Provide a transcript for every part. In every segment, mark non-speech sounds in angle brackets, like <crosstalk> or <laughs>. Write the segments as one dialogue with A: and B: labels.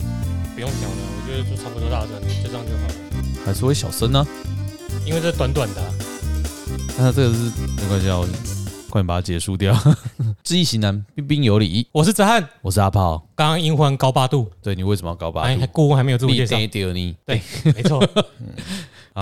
A: 用讲了，我觉得就差不多大声，就这样就好了，
B: 还是会小声呢、
A: 因为这短短的啊、
B: 那这个是没关系啊，我快点把它结束掉。 <laughs> 知易行难，彬彬有礼。
A: 我是哲翰，
B: 我是阿炮，
A: 刚刚英欢高八度，
B: 对你为什么要搞把
A: 哎，还顾问还没有自我
B: 你
A: 介绍，
B: 得丢你
A: 对，没 <laughs> 错，
B: 好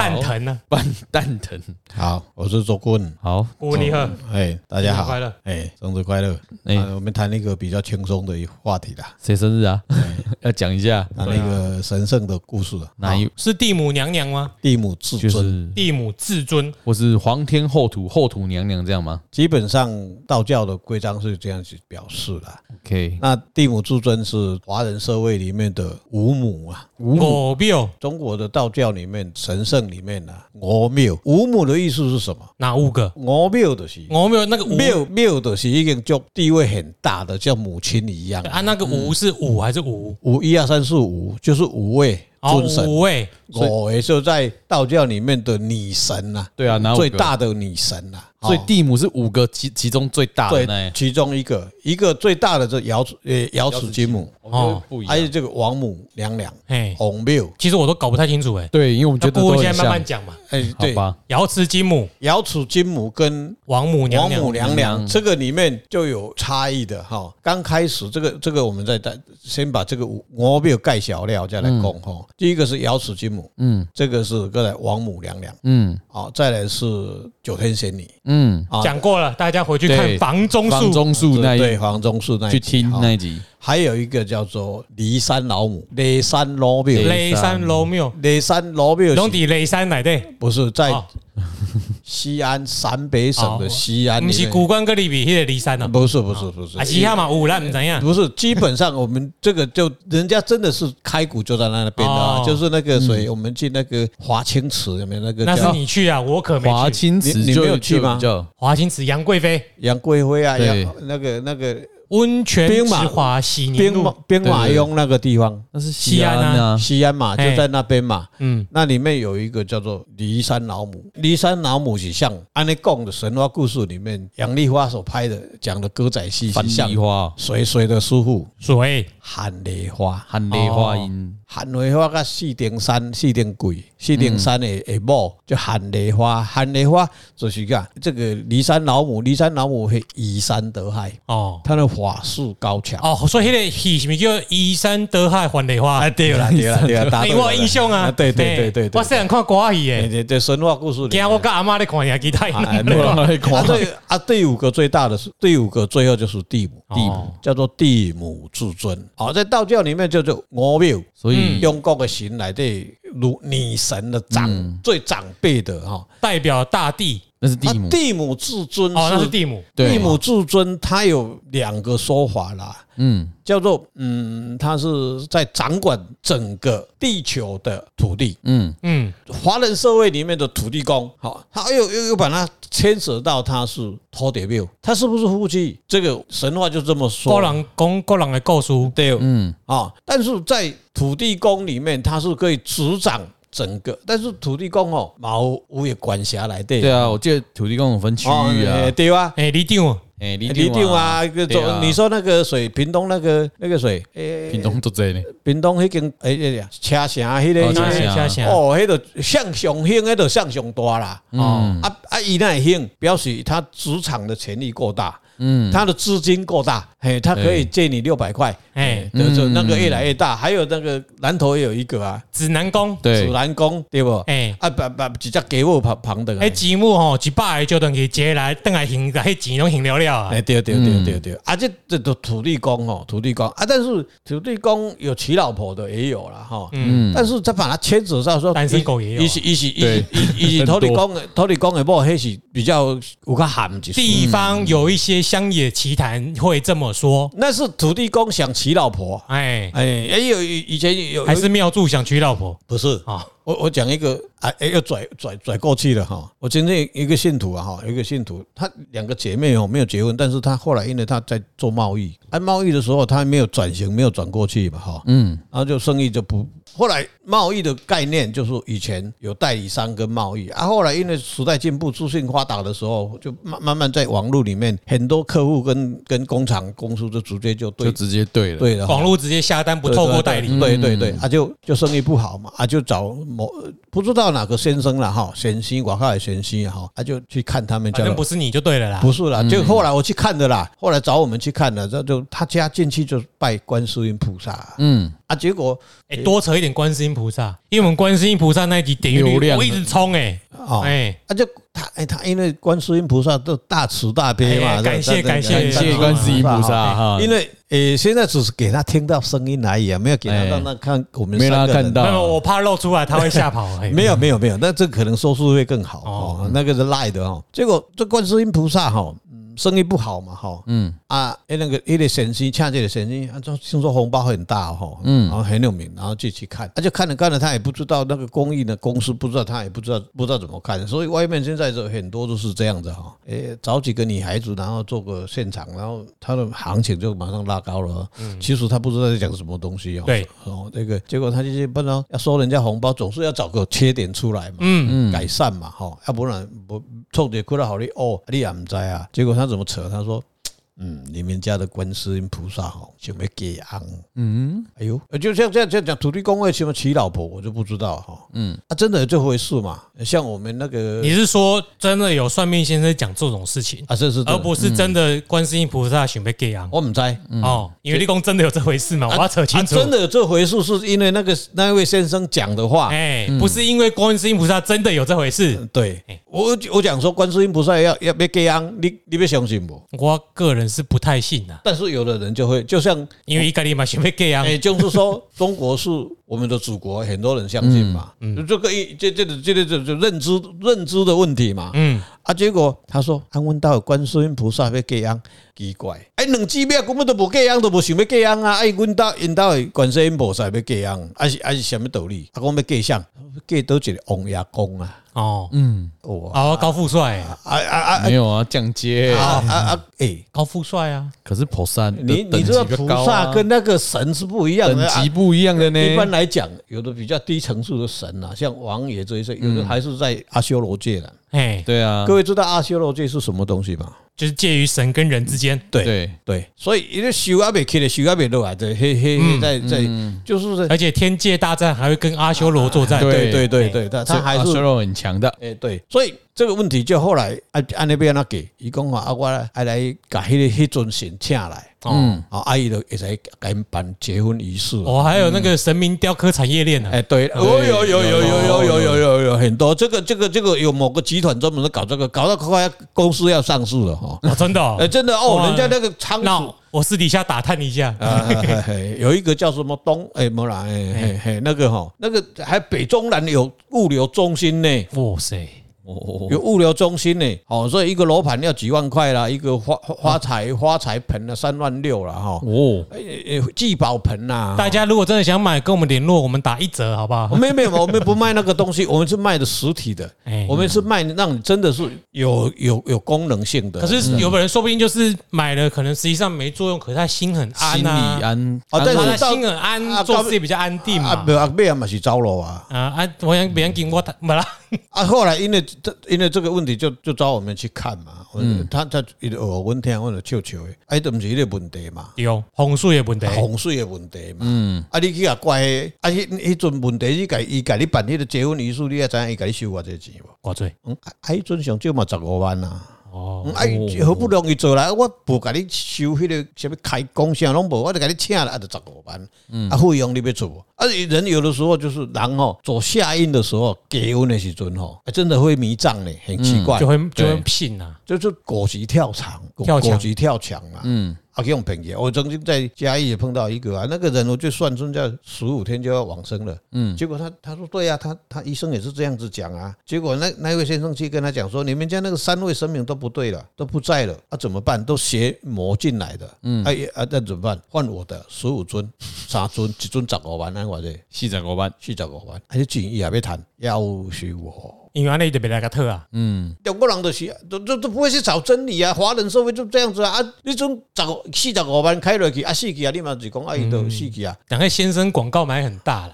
A: 蛋疼呢，
B: <laughs> 半蛋疼。
C: 好，我是周棍。
B: 好，
A: 顾问你好，
C: 哎，大家
A: 生日快
C: 好，
A: 乐，
C: 哎，生日快乐！
B: 哎、
C: 啊我们谈一个比较轻松的一个话题啦，
B: 谁生日啊？
A: 哎
B: <laughs> 要讲一下
C: 谈一个神圣的故事啊，
B: 啊哪一？
A: 是地母娘娘吗？
C: 蒂姆至
B: 就
C: 尊。
B: 是
A: 地母至尊，
B: 我是皇天后土后土娘娘这样吗
C: 基本上道教的规章是这样去表示啦。
B: ？OK，
C: 那蒂姆至尊是华人社会里面的五母啊，五母。
A: 我庙
C: 中国的道教里面，神圣里面呢、啊，五庙。五母的意思是什么？
A: 哪五个？
C: 五庙的是
A: 我庙那个五
C: 庙，庙的是已经就地位很大的，像母亲一样。
A: 啊，那个五是五还是五？
C: 五一二三四五就是五位
A: 哦，
C: 尊神，
A: 五位
C: 五位就在道教里面的女神呐、
B: 对啊，哪五个
C: 最？大的女神呐、啊，
B: 所以地母是五个，其其中最大的那
C: 对
B: 一，
C: 其中一个，一个最大的这瑶池呃瑶池金母，
B: 哦，不一
C: 还
B: 样。
C: 有这个王母娘娘、
A: 哎，
C: 红庙，
A: 其实我都搞不太清楚哎，
B: 对，因为我们觉
A: 那
B: 得
A: 顾
B: 都
A: 问现
B: 很
A: 在慢慢，讲
B: 像
A: 嘛，
C: 哎，
B: 好
C: 对，
B: 吧？
A: 瑶池金母、
C: 瑶池金母跟
A: 王母娘
C: 王
A: 娘
C: 母娘娘
B: 娘
C: 这个里面就有差异的哈。刚开始这个这个我们再再先把这个五五庙盖小料再来讲哈。第一个是瑶池金母，
B: 嗯
C: 这个是个来王母娘娘。
B: 嗯
C: 好，哦再来是九天仙女
B: 嗯，
C: 啊，
A: 讲过了，大家回去
B: 对
A: 看房中
B: 房
A: 术。
B: 中术那一
C: 对黄宗树那一
B: 去
C: 集哦
B: 听
C: 哈
B: 那一集，
C: 还有一个叫做骊山老母，骊山老庙，
A: 雷山罗庙，
C: 骊山老庙
A: 拢
C: 是
A: 伫雷山内底，
C: 不是在
A: 哦
C: 西安陕北省
B: 哦
C: 啊的西安里
A: 毋
C: 面？
A: 是古关跟里比迄个雷山啊，
C: 不是不是不是
A: 啊是遐嘛有咱毋知影。
C: 不是，基本上我们这个就人家真的是开骨就在那边的啊
A: 哦，
C: 就是那个
B: 嗯
C: 谁，我们去那个华清池有没有那个
A: 那是
C: 叫
A: 你去啊，我可
B: 华
A: 没去。
B: 清池
C: 你你
B: 就
C: 没有去吗
B: 就就
A: 华清池、杨贵妃、
C: 杨贵妃啊，
B: 对
C: 杨那个那个
A: 温泉
C: 兵
A: 之
C: 马
A: 华西宁
C: 兵
A: 路
C: 马，兵马
B: 对对
C: 俑那个地方，
B: 那是
A: 西
B: 西
A: 安
B: 安
A: 啊
B: 啊，
C: 西安嘛，就
A: 哎
C: 在那边嘛。
A: 嗯，
C: 那里面有一个叫做骊山老母，骊山老母是像安尼讲的神话故事里面杨丽花所拍的讲的歌仔戏
B: 番
C: 是像
B: 梨花、
C: 谁谁的师傅
A: 水
C: 韩丽花，
B: 含梨花音，
C: 韩丽花甲四顶山、四顶鬼、四顶山的
A: 嗯
C: 的某叫韩丽花，韩丽花就是讲这个骊山老母，骊山老母会移山得海，
A: 哦
C: 她的法术高强。
A: 哦，所以迄个戏是毋是叫移山得海还梨花？
C: 啊对啦对啦对
A: <laughs>
C: 啦，答
A: 哎
C: 对
A: 我
C: 了
A: 有印象啊，
C: 啊对对对对对，
A: 我细汉看歌戏
C: 对
A: 诶，
C: 对对神话故事里
A: 今
C: 面
A: 我甲阿妈咧看下其他
C: 啊哎
A: 人。
C: <laughs> 没有
B: 来
C: 啊，对啊，第五个最大的是第五个，最后就是地母，
B: 哦
A: 地母
C: 叫做地母至尊。好，在道教里面叫做五庙，
B: 所以
C: 用各个神来对如女神的长最长辈的哈。
A: 代表大地
B: <laughs> 那是嗯地
C: 啊
B: 母，
C: 地母至尊
A: 哦，那是
C: 是
A: 地母
B: 对
C: 地母至尊，它有两个说法啦，
B: 嗯，
C: 叫做嗯，它是在掌管整个地球的土地，
B: 嗯，
A: 嗯，
C: 华人社会里面的土地公，好，他又又又把它牵扯到他是托底庙，他是不是夫妻？这个神话就这么
A: 个
C: 说。
A: 人讲个人的故事，
C: 对，
B: 嗯，
C: 啊，但是在土地公里面，他是可以执掌整个，但是土地公哦，毛无也管辖来对
B: 对啊，我记得土地公有分区
C: 哦
B: 域啊
C: 哎，对啊。
A: 诶，里长
B: 哎，离
C: 一定啊，
B: 对
C: 个种你说那个水，屏东那个那个水，诶，
B: 屏东都这呢，
C: 屏东迄间诶，哎呀，车城迄
B: 哦车
C: 个
B: 城
A: 啥啥
C: 嗯哦，迄个向上兴，迄个向上大啦。
A: 哦
B: 嗯
C: 啊啊，依赖性表示他职场的潜力够大，
B: 嗯，
C: 他的资金够大，嘿，他可以借你六百块，
A: 哎，
C: 就就
B: 嗯
C: 那个越来越大。还有那个南投也有一个啊，
A: 指南宫，
B: 对
C: 指，南宫对不？
A: 哎。
C: 啊，把把几只给我旁旁的，啊
A: 迄钱母吼，一百个就等于接来，等来行，迄钱拢行了了啊
C: 哎，！对对对
B: 嗯
C: 对对，啊，这这都土地公哦，土地公啊，但是土地公有娶老婆的也有了哈，
A: 嗯
C: 但是他把它牵扯到说
A: 单身狗也有啊
C: 一是一是一
B: 对
C: 是一是
B: 很
C: 土
B: 多
C: 地公的土地公的某迄是比较有较含一丝
A: 地方有一些乡野奇谈会这么说，
C: 那是土地公想娶老婆，
A: 哎，
C: 哎，也有以以前有
A: 还是妙祝想娶老婆
C: 不是？
A: 啊？
C: 我我讲一个啊，哎又拽拽拽过去了哈。我今天一个信徒啊哈，有一个信徒，她两个姐妹哦没有结婚，但是她后来因为她在啊做贸易，按贸易的时候她没有转型，没有转过去嘛哈，
B: 嗯，
C: 然后就生意就不后来贸易的概念就是以前有代理商跟贸易啊，后来因为时代进步、资讯发达的时候，就慢慢慢在网络里面，很多客户跟跟工厂、公司就直接就
B: 就
C: 对
B: 直接对了。
C: 对了，
A: 网络直接下单，不
C: 对
A: 透过代理，
C: 对对对，啊就就生意不好嘛，啊就找某不知道哪个先生了哈，先生我靠先生哈，啊就去看他们家
A: 反
C: 的
A: 正不是你就对了啦。
C: 嗯不是啦，就后来我去看的啦，后来找我们去看的，这就他家进去就拜观世音菩萨啊
B: 嗯，
C: 啊，结果
A: 哎，多扯一点观世音菩萨，因为我们观世音菩萨那一集点阅
B: 流
A: 率
B: 量
A: 我一直冲哎，
C: 哦，
A: 哎，
C: 啊就他哎他因为观世音菩萨都大慈大
A: 哎
C: 悲嘛，
A: 哎感谢
C: 对对
A: 感
C: 对
B: 感谢观世音菩萨哈，
C: 因为呃现在只是给他听到声音而已啊，没有给他
B: 哎
C: 让他看我们
B: 没
C: 三
B: 让
C: 个
B: 他看
C: 人。
A: 没
B: 到
A: 有，我怕露出来他会吓跑，哎
C: 啊没有没有没有，那这可能收视会更好
A: 哦
C: 哦。那个是赖的哦。结果这观世音菩萨哈，嗯生意不好嘛哈
B: 嗯
C: 啊，哎那个一个神仙，恰这个神仙，啊，就听说红包很大哈，嗯，然后很有名，然后就去看，啊他就看了看了，他也不知道那个公益的公司不知道，他也不知道不知道怎么看，所以外面现在有很多都是这样子哦哈，诶，找几个女孩子，然后做个现场，然后他的行情就马上拉高了。其实他不知道在讲什么东西哦。
A: 嗯对，
C: 哦，这个结果他就是不能要收人家红包，总是要找个缺点出来嘛，
A: 嗯
C: 改善嘛，哈，要不然不臭着哭了好哩哦，你也唔知啊。结果他怎么扯？他说。嗯，你们家的观世音菩萨哈，就没给昂。
B: 嗯，
C: 哎呦，就像这样这样讲，土地公为什么娶老婆，我就不知道哈。嗯，啊，真的有这回事嘛？像我们那个
A: 你是说真的有算命先生讲这种事情，
C: 啊，这是真的嗯
A: 而哦不是真的观世音菩萨想被给啊？
C: 我唔知。
A: 哦，因为立功真的有这回事嘛，我要扯
C: 嗯啊，
A: 清楚。
C: 真的啊有这回事，是因为那个那位先生讲的话。
A: 哎，不是因为观世音菩萨真的有这回事，
C: 对，我我讲说观世音菩萨要要要给安，你你要相信不？
A: 我个人是不太信的，
C: 但是有的人就会，就像
A: 因为一个立马想被给啊
B: <laughs>
C: 哎、，就是说中国是我们的祖国，很多人相信嘛，
B: 嗯
C: 就这个一这这个这个这这认知认知的问题嘛。
A: 嗯，
C: 啊，结果他说安问到观世音菩萨要给安，奇怪，哎、两姊妹根本都无给安，都无想要给安啊，哎，阮到因到观世音菩萨要给安，还是还是什么道理？啊，讲要给相，给倒一个王爷公啊，
A: 哦，
C: 哦。
A: 哦，高富帅，
C: 啊啊啊！
B: 没有啊，降阶
C: 啊。啊啊！哎，
A: 高富帅啊，
B: 可是菩萨的
C: 你
B: 等
C: 你
B: 级
C: 知道
B: 比较
C: 菩
B: 高啊
C: 萨跟那个神是不一样的
B: 等
C: 啊。
B: 级不一样的呢。
C: 一般来讲，有的比较低层次的神啊，像王爷这一些，有的还是在阿修罗界的。
A: 哎，
B: 对嗯啊，
C: 各位知道阿修罗界是什么东西吗？
A: 就是介于神跟人之间，
B: 对
C: 对，所以因为修阿北去的，修阿北落来的，嘿嘿
B: 嗯
C: 嘿，在在就是在
A: 而且天界大战还会跟阿修罗作战，
C: 对
B: 哎对哎
C: 对对对，他
B: 所以
C: 他还
B: 阿修
C: 是
B: 罗很强的，
C: 哎对，所以这个问题就后来啊按按那边那给，伊讲话啊，我爱来把迄个迄尊神请来，
A: 哦，
B: 嗯
C: 啊，阿姨就会使给因办结婚仪式。
A: 哦，还有那个神明雕刻产业链呢，
C: 哎，对，哦，有有有有有有有有有很多，这个这个这个有某个集团专门在搞这个，搞到快要公司要上市了哈。
A: 哦，真的哦
C: 哎，，真的哦，
A: 哇
C: 人家那个仓
A: 那
C: 储。
A: 我私底下打探一下，
C: 啊，嘿嘿嘿有一个叫什么东哎，莫啦，哎嘿嘿，那个哈，那个还北中南有物流中心呢，
A: 哇塞，
C: 有物流中心呢，哦，所以一个楼盘要几万块啦，一个花花财花财盆啊，三万六啦哈，
B: 哦，
C: 哎哎哎聚宝盆呐，
A: 大家如果真的想买，跟我们联络，我们打一折，好不好
C: 哦？没有没有，我们不卖那个东西，我们是卖的实体的，
A: 哎
C: 我们是卖让你真的是有有有功能性的。
A: 可是有的人说不定就是买了，可能实际上没作用，可是他心很安
B: 心
A: 呐、
B: 理安
C: 啊哦但是
A: 他的
B: 安慰
A: 心很
C: 啊
A: 安，做事也比较安定
C: 啊，
A: 嘛
C: 没。有啊，没有嘛是招了啊。
A: 啊啊！我想别人给我打，没啦。
C: 啊，后来因为这因为这个问题就就找我们去看嘛，嗯，他他一直耳闻听，我就笑笑的，哎，都不是一个问题嘛。
A: 有红树也问题，
C: 洪水的问题嘛，嗯，啊，你去啊怪那个，啊，迄迄阵问题，你家伊家你办迄个结婚仪式，你也知影伊家你收偌济钱无？
A: 挂嘴
C: 嗯，啊，啊迄阵上少嘛十五万啊。
A: 哦。
C: 嗯，哎，好不容易做来，我无甲你收迄个什么开工啥拢无，我就甲你请了，啊，就十五万，
A: 嗯
C: 啊，费用你要做无？啊，人有的时候就是人哦，做下阴的时候，结婚的时阵吼，哎真的会迷障呢，很奇怪
A: 嗯就，会就
B: 对
A: 会信呐、
C: 就是果级跳墙，果
A: 跳墙
C: 果级跳墙啊，嗯。啊，用便宜。我曾经在嘉义也碰到一个啊，那个人我就算算在十五天就要往生了，嗯，结果他他说对啊，他他医生也是这样子讲啊，结果那那位先生去跟他讲说，你们家那个三位神明都不对了，都不在了，啊怎么办？都邪魔进来的，嗯，哎啊那怎么办？换我的十五尊、三尊、一尊十五万，安我这
B: 四十五万，
C: 四十五万，还是钱伊也要谈，要收我。
A: 因为安内就别来个特啊，
C: 中国人就是都都都不会去找真理啊，华人社会就这样子啊。啊，你从十五四十五万开落去啊，死去啊，你嘛是讲啊，伊就死去啊。
A: 两个先生广告买很大啦，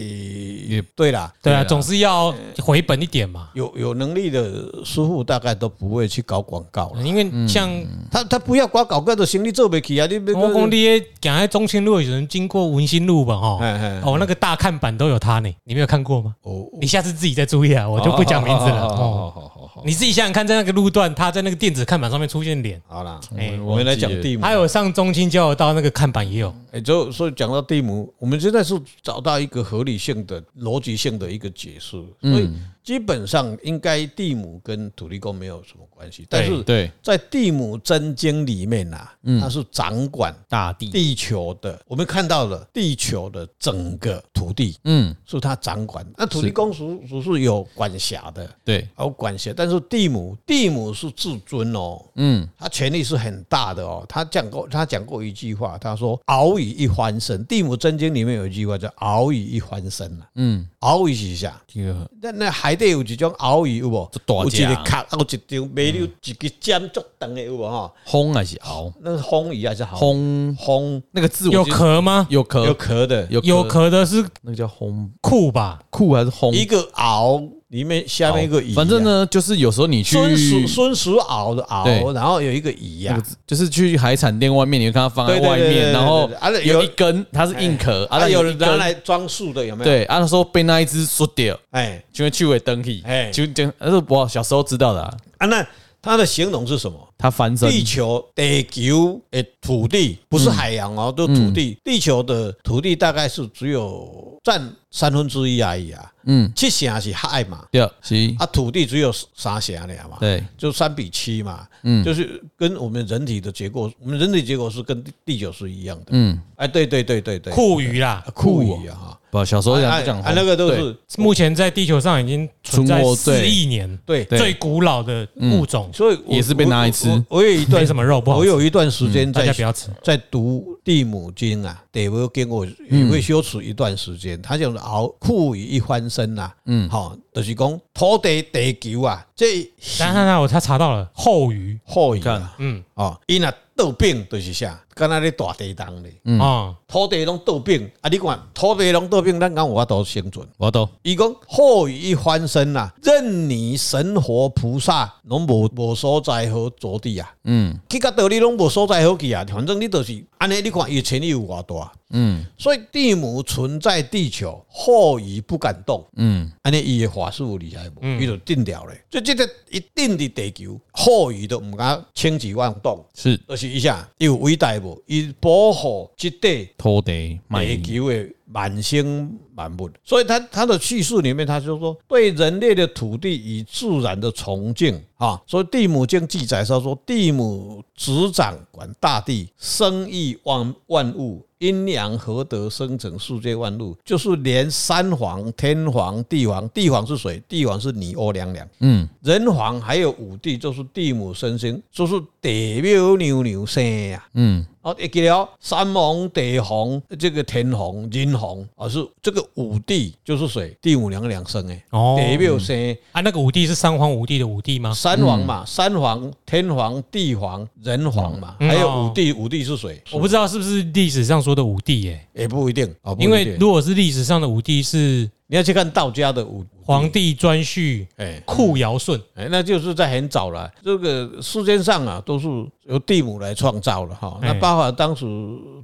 C: 诶，对啦，
A: 对
B: 对
A: 啊，
B: 啊
A: 总是要回本一点嘛，
C: 有有能力的师傅大概都不会去搞广告了，
A: 因为像
C: 他他不要搞广告的生意做不起啊！你别
A: 嗯我讲，你的讲在中心路有人经过文心路吧，哈，
C: 哎哎，
A: 哦，那个大看板都有他呢，你没有看过吗？
C: 哦，
A: 你下次自己再注意啊，我就不讲名字了。
B: 好
A: 哦，
B: 好好好，
A: 你自己想想看，在那个路段，他在那个电子看板上面出现脸，
C: 好啦，
A: 哎
C: 我们来讲地母
A: 还，有上中青交流道那个看板也有，
C: 哎，就所以讲到地母，我们现在是找到一个合理性的、逻辑性的一个解释，所以
A: 嗯
C: 基本上应该地母跟土地公没有什么关系，但是
B: 对
C: 在地母真经里面呐、啊，
B: 嗯
C: 它是掌管
B: 大地，
C: 地球的，我们看到了地球的整个土地
B: 嗯，
C: 是它掌管，那土地
B: 是
C: 公属属是有管辖的，
B: 对，
C: 有管辖，但是地母地母是至尊哦，
B: 嗯，
C: 他权力是很大的哦。他讲过，他讲过一句话，他说“敖以一翻身”，《地母真经》里面有一句话叫“敖以一翻身”啊，
B: 嗯，
C: 敖以是啥？
B: 这个
C: 那那海底有一种鳌鱼有无？
B: 这大
C: 有
B: 只
C: 一
B: 啊
C: 个壳，有一条尾溜，一个尖足长的有无吼？
B: 轰还是熬
C: 那是红鱼还是好？
B: 轰，
C: 红
B: 那个字我
A: 有
B: 记得
A: 壳吗？
B: 有
C: 有
B: 壳
C: 壳的，
B: 呃有
A: 有
B: 壳，
A: 壳的是
B: 那个叫轰
A: 酷吧？
B: 酷还是轰？哦
C: 一个鳌里面下面一个鱼啊，
B: 反正呢，就是有时候你去
C: 孙鼠孙鼠鳌的鳌，
B: 对
C: 然后有一个鱼啊
B: 那
C: 呀
B: 个，字就是去海产店外面，你会看它放在
C: 对对对
B: 外
C: 对对
B: 面，
C: 对
B: 然后
C: 对对对啊
B: 有
C: 有
B: 一根它是硬壳，
C: 啊，有人
B: 一根
C: 拿来装饰的有没有？，
B: 对，啊那时候被那一只说掉，
C: 哎，
B: 就会去尾登去，
C: 哎
B: 就这样，那是我小时候知道的啊，
C: 啊，那它的形容是什么？
B: 它翻身，
C: 地球地球的土地不是海洋哦，都土地。地球的土地大概是只有占三分之一而已啊，
B: 嗯，
C: 七成是海嘛，
B: 对，是，
C: 啊，土地只有三成了嘛，
B: 对，
C: 就三比七嘛，
B: 嗯
C: 就是跟我们人体的结构，我们人体结构是跟地地球是一样的。
B: 嗯，
C: 哎，对对对对对，
A: 酷鱼啦，
C: 酷语啊哈，
B: 不，小时候讲不讲
C: 啊那个都
B: 对
C: 是
A: 目前在地球上已经存在
B: 存活
A: 四
B: 最
A: 亿年，
C: 对，
B: 对
A: 最古老的物种，
C: 所以我
B: 也是被拿来吃
C: 我我我有一
A: <laughs> 没
C: 段
A: 什么肉不好
C: 我
A: 吃，嗯
C: 有一段时间
A: 大
C: 在
A: 家不要吃。
C: 在读《地母经》啊，得我跟我也会修持一段时间。他讲熬酷于一翻身呐、嗯，好，就是讲土地地球啊，这
A: 等一下等一下，我他查到了后鱼，
C: 好语
B: 看
C: 啊，
A: 嗯
C: 哦，伊若倒病就是啥，敢若咧大地动咧，
B: 嗯
A: 啊，
C: 土地拢倒病啊！你看土地拢倒病，咱讲有法度生存。
B: 我懂，
C: 伊讲好于一翻身呐、任你神佛菩萨拢无无所在好着地啊。
B: 嗯
C: 去到道理拢无所在好去啊，反正你就是安尼，你看伊的权力有偌大，
B: 嗯
C: 所以地母存在地球，后移不敢动，
B: 嗯，
C: 安尼伊的法术有厉害无？伊就定了咧，所以这个一定伫地球，后移都毋敢轻举妄动，
B: 是
C: 就是一下伊有伟大无？伊保护即块
B: 土地卖
C: 地球的满生满物，所以他他的叙述里面，他就说对人类的土地与自然的崇敬啊。所以《地母经》记载他说，地母执掌管大地，生育万万物，阴阳合德，生成世界万物。就是连三皇、天皇、地皇，地皇是谁？地皇是你欧娘娘。
B: 嗯
C: 人皇还有五帝，就是地母生生，就是地母娘娘生呀、
B: 嗯
C: 哦，也给了三皇、地皇、这个天皇、人皇，而、是这个五帝就是谁？第五娘两生哎，
A: 哦，嗯
C: 第六生
A: 啊，那个五帝是三皇五帝的五帝吗？
C: 三皇嘛，三皇、天皇、地皇、人皇嘛，
A: 嗯哦
C: 还有五帝，五帝是谁？
A: 我不知道是不是历史上说的五帝耶，
C: 也不一定哦，不一
A: 因
C: 定
A: 为如果是历史上的五帝是
C: 你要去看道家的五五
A: 皇帝颛顼、
C: 嗯哎
A: 库尧舜，
C: 哎，那就是在很早了。这个世间上啊，都是由地母来创造了哈。那
A: 哎
C: 包含当时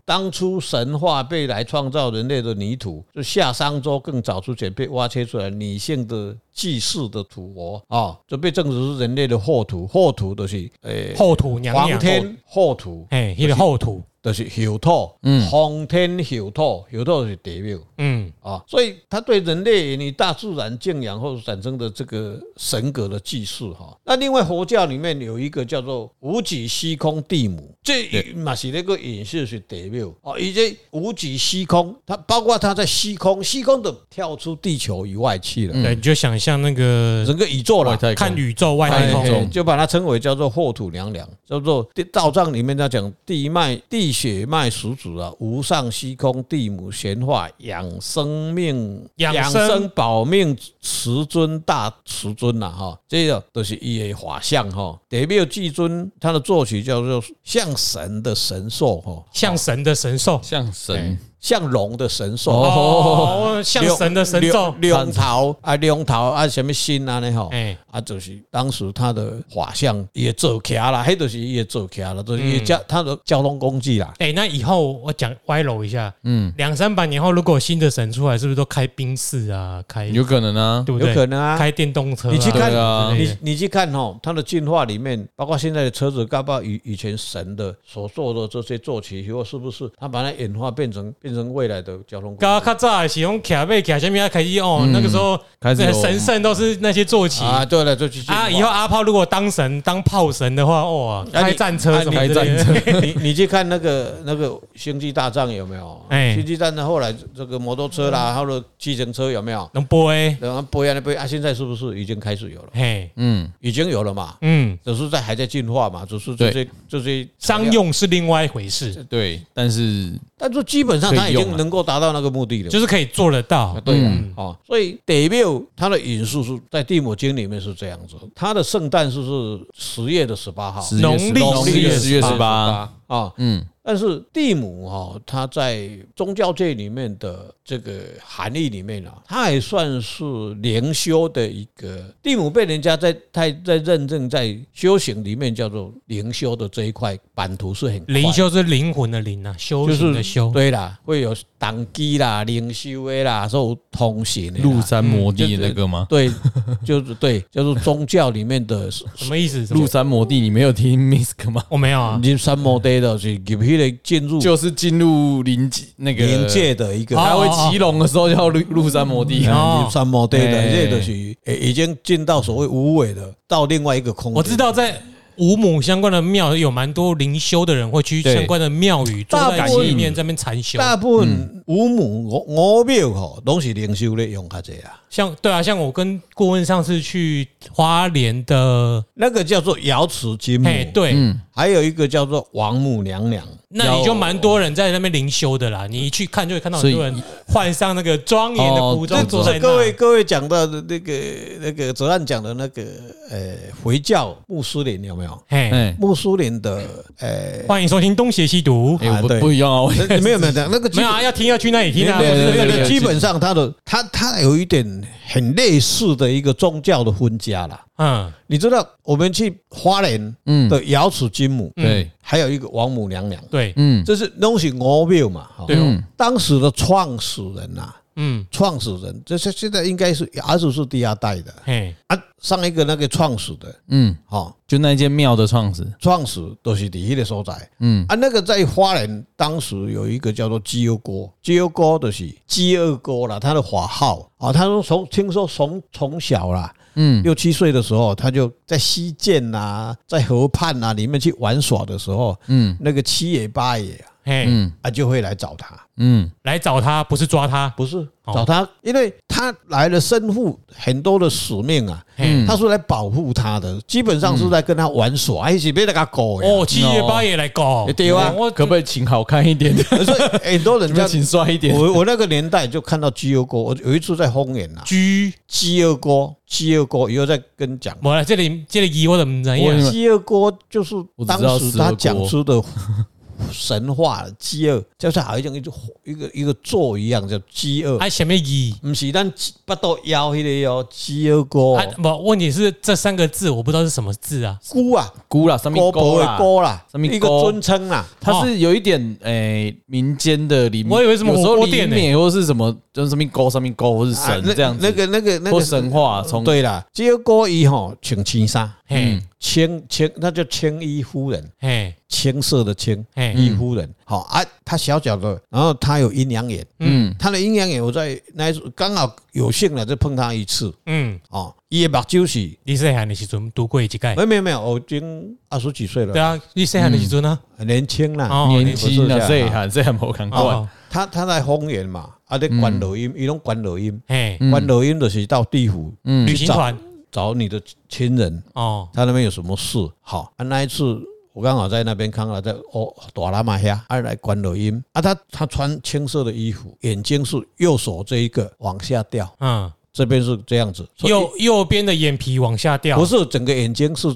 C: 当初神话被来创造人类的泥土，就夏商周更早之前被挖掘出来女性的祭祀的土窝啊，就被证实是人类的后土。后土就是诶，
A: 后土娘
C: 哎皇
A: 娘，
C: 天后土，
A: 哎，那个后土，
C: 就是后土，
B: 嗯
C: 皇天后土，后土就是地庙。
A: 嗯，
C: 啊，所以他对人类、你大自然敬仰后产生的这个神格的祭祀哈。那另外佛教里面有一个叫做无己虚空地母，这嘛是那个隐士是地庙哦，以及无己虚空，它包括它在虚空，虚空的跳出地球以外去了，
A: 嗯对，你就想象那个
C: 整个宇宙了
B: 嗯外。太空
A: 看宇宙外太
C: 哎
B: 空
C: 哎
A: 空，
C: 就把它称为叫做后土娘娘，叫做地道藏里面在讲地脉、地血脉始祖啊，无上虚空地母显化养生命、
A: 养生
C: 保命持尊大持尊呐、哈，这个都是伊的法相哈。得庙至尊，他的作曲叫做像神的神兽哈，
A: 像神的神兽，
B: 像
C: 哎
B: 神
C: 像龙的神兽。
A: 哦，像神的神兽，
C: 龙龙头啊，龙头啊，什么心啊呢吼
A: 哎，
C: 啊，就是当时他的画像也做起啦，迄就是也做起啦，就是也交他的交通工具啦。
A: 哎、那以后我讲歪楼一下，嗯，两三百年后如果有新的神出来，是不是都开宾士啊，
C: 哎
A: 开
B: 有可能啊，
A: 对不对？
C: 有可能啊
A: 开电动车啊、
C: 你去看
B: 对啊
A: 之类
C: 你
A: 的
C: 你去看哦，它的进化里面，包括现在的车子，包括以以前神的所做的这些坐骑，以后是不是它把它演化变成变成未来的交通工具？
A: 刚刚较早的是用卡背卡下面开始
C: 嗯
A: 哦，那个时候
B: 开始有
A: 那神圣都是那些坐骑
C: 啊，
A: 啊
C: 对了，就去进化
A: 以后啊阿炮如果当神当炮神的话，哇、
C: 啊你
A: 开战车什么
B: 啊
A: 之
B: 你
A: 类的， <laughs>
C: 你你去看那个那个《星际大战》有没有？
A: 哎
C: 星际大战》后来这个摩托车啦，还有计程车有没有？
A: 能播哎，
C: 然后不一样的不一样啊，现在是不是已经开始有了？
A: 嘿，
B: 嗯，
C: 已经有了嘛，
A: 嗯，
C: 只是在还在进化嘛，只是这些这些
A: 商，用是另外一回事，
B: 对，但是
C: 但是基本上它
B: 可以
C: 已
B: 用
C: 经
B: 了
C: 能够达到那个目的了。
A: 就是可以做得到
C: 啊，对啊
B: 嗯，
C: 哦，所以得缪他的引述是在《地母经》里面是这样子，他的圣诞是是十月的十八号，
B: 10
A: 农历
B: 农历
A: 10
B: 十月十八，
C: 啊、哦
B: 嗯，
C: 但是地母哈、哦，它在宗教界里面的这个含义里面啊，它也算是灵修的一个地母，被人家在在在认证在修行里面叫做灵修的这一块版图是很宽
A: 灵修是灵魂的灵啊，修行的修，
C: 对啦，会有党基啦、灵修的啦，受通行的啦
B: 入山摩地那个吗？
C: 对， <laughs> 就是对，就是宗教里面的
A: 什么意
C: 嗯
A: 思？什么
B: 入山摩地，你没有听 Misk 吗？
A: 我没有啊，
C: 入三摩地的，是入迄个进入
B: 就是进入灵界那个
C: 灵，界的一个
A: 哦
B: 还会骑龙的时候叫入入山摩地。
A: 哦
C: 入三摩地的，
B: 哎
C: 这就是诶已经进到所谓无为的，到另外一个空间。
A: 我知道在五母相关的庙有蛮多灵修的人会去
B: 对
A: 相关的庙宇坐
C: 大
A: 在
C: 部分嗯
A: 里面在那边禅修，啊
C: 大
A: 嗯
C: 部分五母五五庙吼，拢是灵修咧用较济啊，
A: 像对啊，像我跟顾问上次去花莲的，
C: 那个叫做瑶池金母，
A: 嘿，对，
B: 嗯，
C: 还有一个叫做王母娘娘。
A: 那你就蛮多人在那边灵修的
C: 嗯
A: 啦，你一去看就会看到很多人换上那个庄严的服
B: 哦
A: 装坐
B: 这
A: 在
C: 这
A: 那，
C: 各位各位讲到的那个那个哲案讲的那个呃回教穆斯林有没有？
A: 嘿，
B: 哎，
C: 穆斯林的
A: <laughs>
C: 呃，
A: 欢迎收听《东邪西毒》，
B: 哎，我
C: 啊对
B: 不不一样啊，我
C: 那没有没有那个基
A: 没有
C: 本
A: 啊，要听要去那里听啊，
B: 对对对
C: 那
B: 对
C: 个
B: 对
C: 基本上它的它它有一点很类似的一个宗教的分家啦。
A: 嗯，
C: 你知道我们去花莲
B: 嗯，
C: 的瑶池金母，
A: 嗯
B: 对，
C: 还有一个王母娘娘，
A: 对，
B: 嗯，
C: 这是东西五庙嘛。哈
A: 对哦
B: 嗯
C: 当时的创始人呐、啊，
A: 嗯，
C: 创始人这是现在应该是儿子是第二代的
A: 嘿，
C: 啊，上一个那个创始的
B: 嗯，
C: 哦，
B: 就那间庙的创始，
C: 创始都是第一个所在。
B: 嗯
C: 啊，那个在花莲当时有一个叫做鸡油锅，鸡油锅就是鸡二锅啦，他的法号啊。他说从听说从从小啦，
B: 嗯，
C: 六七岁的时候，他就在溪涧呐，在河畔呐、里面去玩耍的时候，
B: 嗯
C: 那个七爷八爷啊
A: 嘿，
B: 嗯
C: 啊就会来找他，
B: 嗯，
A: 来找他不是抓他，
C: 不是
A: 哦
C: 找他，因为他来了身负很多的使命啊。
A: 嘿，
C: 他是来保护他的，基本上是在跟他玩耍，啊一起被那个狗呀。
A: 哦，七爷八爷来搞，
C: 对啊
A: 我
B: 可不可以请好看一点的？
C: 所以很多人
B: 可不可
C: 家
B: 以请帅一点？
C: 我我那个年代就看到鸡油锅，我有一次在丰原呐，
A: 居。
C: 鸡油锅，鸡油锅，以后再跟你讲。
A: 无啦，这里这里我都唔知
B: 我以
A: 影
B: 为
C: 鸡油锅就是当时他讲出的 <laughs> 神话，鸡二就是好像一只火一个一个座一样叫鸡二，
A: 啊，什么意？
C: 不是咱不到腰迄个哦，鸡二锅
A: 啊，不，问题是这三个字我不知道是什么字啊。
C: 菇啊，
B: 菇啦，上面
C: 锅婆
B: 菇
C: 的
B: 啦，
C: 锅啦，哦
B: 什么
C: 一个
B: 菇
C: 尊称啦。
B: 它是有一点诶民间的里面，
A: 我以为什么
B: 有时
A: 火
B: 候
A: 锅店
B: 里
A: 呢
B: 面或是什么，就是上面勾上面勾，或是
C: 啊
B: 神
C: 那
B: 这样子，
C: 那个那个那
B: 或
C: 个
B: 神话从
C: 对啦，鸡二锅伊吼请青纱，
A: 嘿，
B: 嗯
C: 青青那叫青衣夫人。
A: 嘿，
C: 青色的青，
B: 嗯
A: 嘿，
C: 一夫人，好啊，她小小的，然后她有阴阳眼，
A: 嗯
C: 她的阴阳眼我在那一次刚好有幸了，就碰她一次
A: 嗯，
C: 哦，伊的目睭是，
A: 你细汉的时阵读过一届？
B: 哎啊
C: 没有没有没有，我已经二十几岁
A: 对
C: 了，
A: 啊，你细汉的时阵啊，
C: 很年轻啦，
A: 哦
B: 年轻
C: 不
B: 啊，
C: 是
B: 这一行这一行我看过，
A: 哦，
C: 她她在丰原嘛，啊，在关录音，伊拢关录音，
A: 嘿，
B: 嗯
C: 关录音就是到地府
B: 嗯
A: 旅行团
C: 找你的亲人，
A: 哦，
C: 他那边有什么事？好，啊、那一次我刚好在那边看到在哦朵拉玛呀，啊来关录音啊，他他穿青色的衣服，眼睛是右手这一个往下掉，
A: 嗯，
C: 这边是这样子，所以
A: 右右边的眼皮往下掉，
C: 不是整个眼睛是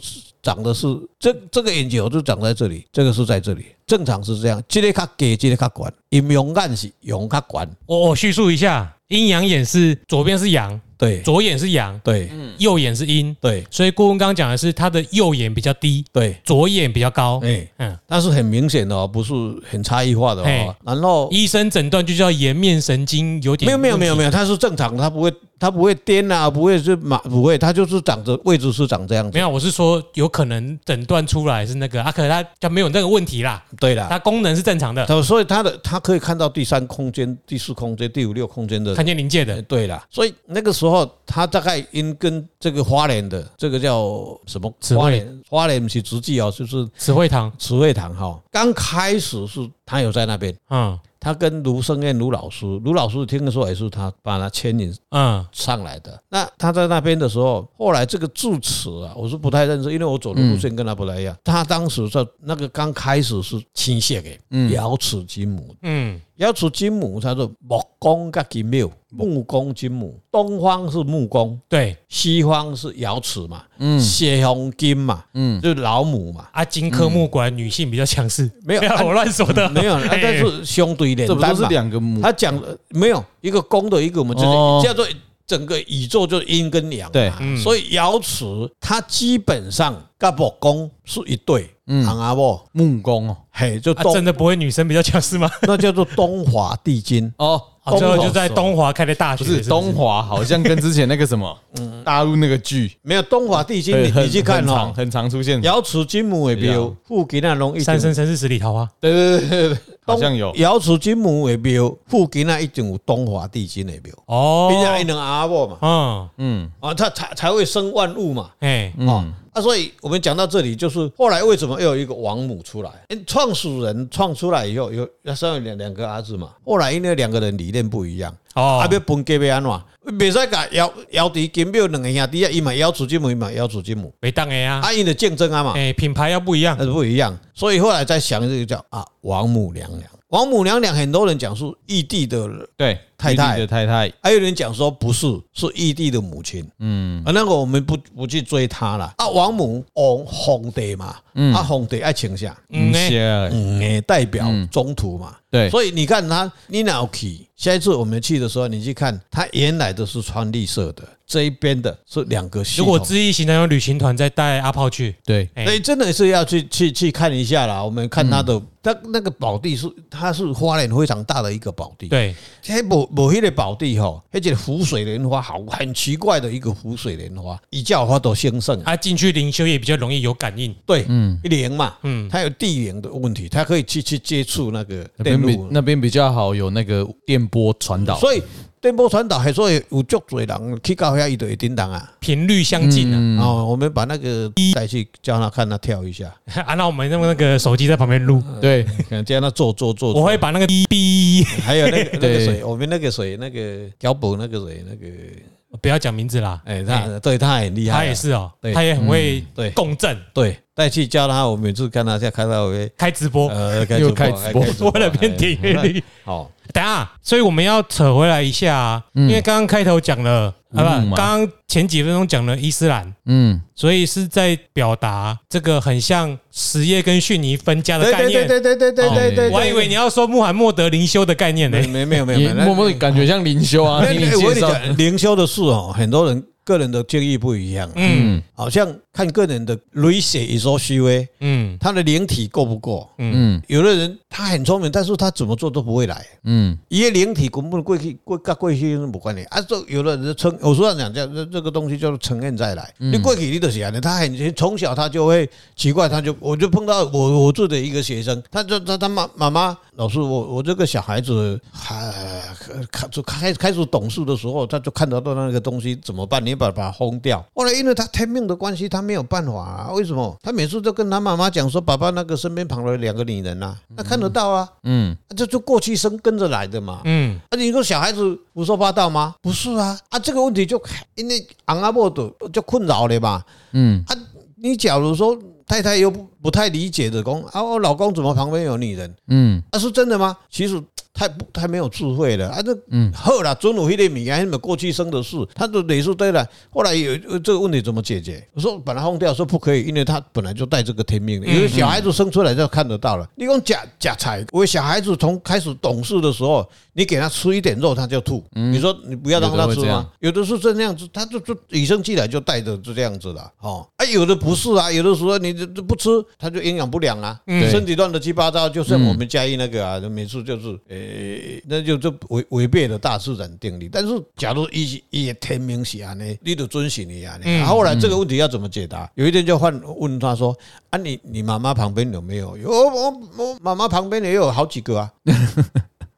C: 长的是这这个眼球就长在这里，这个是在这里，正常是这样，这个较低，这个较管，阴阳眼是阳较管，
A: 我我叙述一下，阴阳眼是左边是阳，
C: 对
A: 左眼是阳，
C: 对
A: 右眼是阴，
C: 对
A: 所以顾问刚刚讲的是他的右眼比较低，
C: 对，
A: 左眼比较高。
C: 哎，
A: 嗯，
C: 但是很明显的哦，不是很差异化的
A: 嘿
C: 哦，然后。
A: 医生诊断就叫颜面神经有点
C: 没有没有没有没
A: 有，
C: 有，它是正常的，它不会它不会颠啊，不会是马不会，它就是长着位置是长这样子
A: 没。有，我是说有可能诊断出来是那个啊，可是他他没有那个问题啦，
C: 对啦，
A: 他功能是正常的，
C: 他所以他的他可以看到第三空间、第四空间、第五六空间的。
A: 看见临界
C: 呃
A: 的
C: 对啦，所以那个时候他大概因跟这个花莲的这个叫什么
A: 词汇
C: 花莲花莲不是直记哦，就是
A: 词汇堂，
C: 慈惠堂哈。刚开始是他有在那边，
A: 嗯
C: 他跟卢生燕卢老师，卢老师听的时候也是他把他牵引
A: 嗯
C: 上来的。那他在那边的时候，后来这个住持啊，我是不太认识，因为我走的路线跟他不太一样。他当时在那个刚开始是倾斜的，瑶池金母
A: 嗯，
C: 瑶池金母叫做木工甲金庙，木工金母，东方是木工，
A: 对
C: 西方是瑶池嘛，嗯，血红金嘛，嗯，就是老母嘛，
A: 啊，金科木管女性比较强势，
C: 嗯没有
A: 不 <laughs> 要我乱说的，
C: 没有，啊
A: 嘿
C: 但是相对
B: 这
C: 简
B: 不都
C: 单
B: 是
C: 嘛。
B: 两个母？
C: 他讲的没有一个公的，一个我们就是
B: 哦
C: 叫做整个宇宙就是阴跟阳嘛，啊
B: 对
A: 嗯
C: 所以瑶池它基本上甲木工是一对，嗯，阿伯，
B: 木工哦，
C: 嘿，就
A: 啊，
C: 东
A: 真的不会女生比较强势吗？
C: 那叫做东华帝君。
B: 哦，
A: 啊，最后
C: 东华
A: 就在东华开的大学，
B: 不是东华，好像跟之前那个什么大陆那个剧，
C: 没有东华帝君，你
B: 很
C: 你去看
B: 很
C: 哦
B: 常，很常出现。
C: 瑶池金母的庙，附近啊拢一
A: 三
C: 定
A: 生三世十里桃花，
B: 对对对对对，好像有
C: 东瑶池金母的庙，附近啊一定有东华帝君的庙，
A: 哦，
C: 人家一能阿婆嘛，
A: 嗯，
B: 嗯
C: 啊，他才才会生万物嘛。
A: 哎，
B: 嗯，
C: 啊，所以我们讲到这里，就是后来为什么又有一个王母出来？因为创始人创出来以后，有要生有两两个儿子嘛。后来因为两个人理念不一样，
A: 哦
C: 啊，，要分家要安怎？袂使甲姚姚弟金庙两个兄弟啊，伊嘛姚子金母，伊嘛姚子金母，
A: 没当哎呀，
C: 啊，因的竞争啊嘛。
A: 哎，品牌要不一样
C: 那，是不一样。所以后来在想这个叫啊王母娘娘，王母娘娘很多人讲是异地的，
B: 对，
C: 太太
B: 玉帝的太太，
C: 还有人讲说不是，是异地的母亲。
B: 嗯，
C: 啊，那个我们不不去追她了。
A: 嗯
C: 啊，王母王皇帝嘛，啊皇帝爱请下，
A: 嗯
B: 嗯
A: 哎，
B: 些
C: 嗯，诶，代表中途嘛。
B: 对，
C: 所以你看他，你老去，下一次我们去的时候，你去看，他原来的是穿绿色的，这一边的是两个系
A: 如果
C: 统。
A: 知易行程有旅行团再带阿炮去，
B: 对，
A: 哎嗯
C: 所以真的是要去去去看一下啦。我们看他的，他那个宝地是它是花莲非常大的一个宝地。，
A: 对，
C: 迄无无迄个宝地吼，而且湖水莲花好很奇怪的一个湖水莲花，一叫花朵兴盛。啊
A: 他啊进去灵修也比较容易有感应，
C: 对，嗯，灵嘛，
A: 嗯
C: 嗯，它有地灵的问题，它可以去去接触那个
B: 那边
C: 电
B: 比哦
C: 路，
B: 那边比较好，有那个电波传导，
C: 所以电波传导，还所以有足多人去到遐伊就会叮当啊。
A: 频率相近
B: 嗯
A: 啊。
C: 哦，我们把那个带去叫他看他跳
B: <laughs>
C: 一下，
A: <laughs> 啊，那我们用那个手机在旁边
C: 呃
A: 录，
C: 嗯
B: 对，
C: 叫他做做做。
A: 我会把那个哔哔，
C: 还有那个那个
B: 对
C: 谁，我们那个谁，那个脚本那个谁，那个
A: 不要讲名字啦，
C: 哎，他对他很厉害啊，
A: 他也是哦，
C: 对嗯
A: 他也很会
C: 对
A: 共振，
C: 对，再去教他，我每次看他在开到为
A: 开直播，
C: 呃开
B: 哦
C: 哎
B: 又开直
A: <laughs>
B: 播
A: 为了变点阅率。
C: 好，嗯
A: 等一下，所以我们要扯回来一下啊，因为刚刚开头讲了，啊
B: 嗯
A: 不，
B: 嘛
A: 刚刚前几分钟讲了伊斯兰，
B: 嗯，
A: 所以是在表达这个很像什叶跟逊尼分家的
C: 对
A: 概
C: 对
A: 念。
C: 对对对对
B: 哦
C: 对对，
A: 我还以为你要说穆罕默德灵修的概念呢、
C: 没没没有没有没
B: 也
C: 有，
B: 默默的感觉像灵修啊，
C: 那
B: 听
C: 那
B: 你
C: 我跟
B: 介
C: 你
B: 绍，
C: 讲，灵修的事哦，很多人个人的建议不一样，
A: 嗯
B: 嗯
C: 好像看个人的累血也说虚微，
A: 嗯
C: 他的灵体够不够？
B: 嗯
C: 有的人他很聪明，但是他怎么做都不会来。
B: 嗯，
C: 伊个灵体根本过去过甲过去无关系，啊，这有的人承，我说讲这这这个东西叫做承认再来。你过去你就是安尼，他很从小他就会奇怪，他就我就碰到我我住的一个学生，他就他他妈妈妈老师，我我这个小孩子还开就开开始懂事的时候，他就看得到那个东西怎么办？你把把它轰掉。后来因为他天命的关系，他没有办法、啊，为什么？他每次都跟他妈妈讲说，爸爸那个身边旁的两个女人呐、啊，那看得到啊，
B: 嗯，
C: 这就过去生跟着来的嘛。
A: 嗯，
C: 啊，你说小孩子胡说八道吗？不是啊，啊，这个问题就因为昂阿莫的就困扰了嘛。
B: 嗯，
C: 啊，你假如说太太又不不太理解的，讲啊，我老公怎么旁边有女人？
B: 嗯
C: 啊，是真的吗？其实太不太没有智慧了啊！这嗯，后啦，尊鲁迄类米件，什么过去生的事，他的累数对了。后来有有这个问题怎么解决？我说把它轰掉，说不可以，因为他本来就带这个天命的，
B: 嗯
C: 因为小孩子生出来就看得到了。你讲假假财，我小孩子从开始懂事的时候，你给他吃一点肉，他就吐。你说你不要让他
B: 嗯有的
C: 吃
B: 会这样
C: 吗？有的是这样子，他就就与生俱来就带着就这样子了。哦，啊，有的不是啊，有的时候你这这不吃，他就营养不良啊，
B: 对
C: 身体乱得七八糟。就像我们嘉义那个啊，每次就是呃、那就这违违背了大自然定律。但是假如一也天明是安尼，你就遵循你安尼。
A: 嗯
C: 啊后来这个问题要怎么解答？有一天就换问他说：“啊你，你妈妈旁边有没有？有我我我妈妈旁边也有好几个啊。”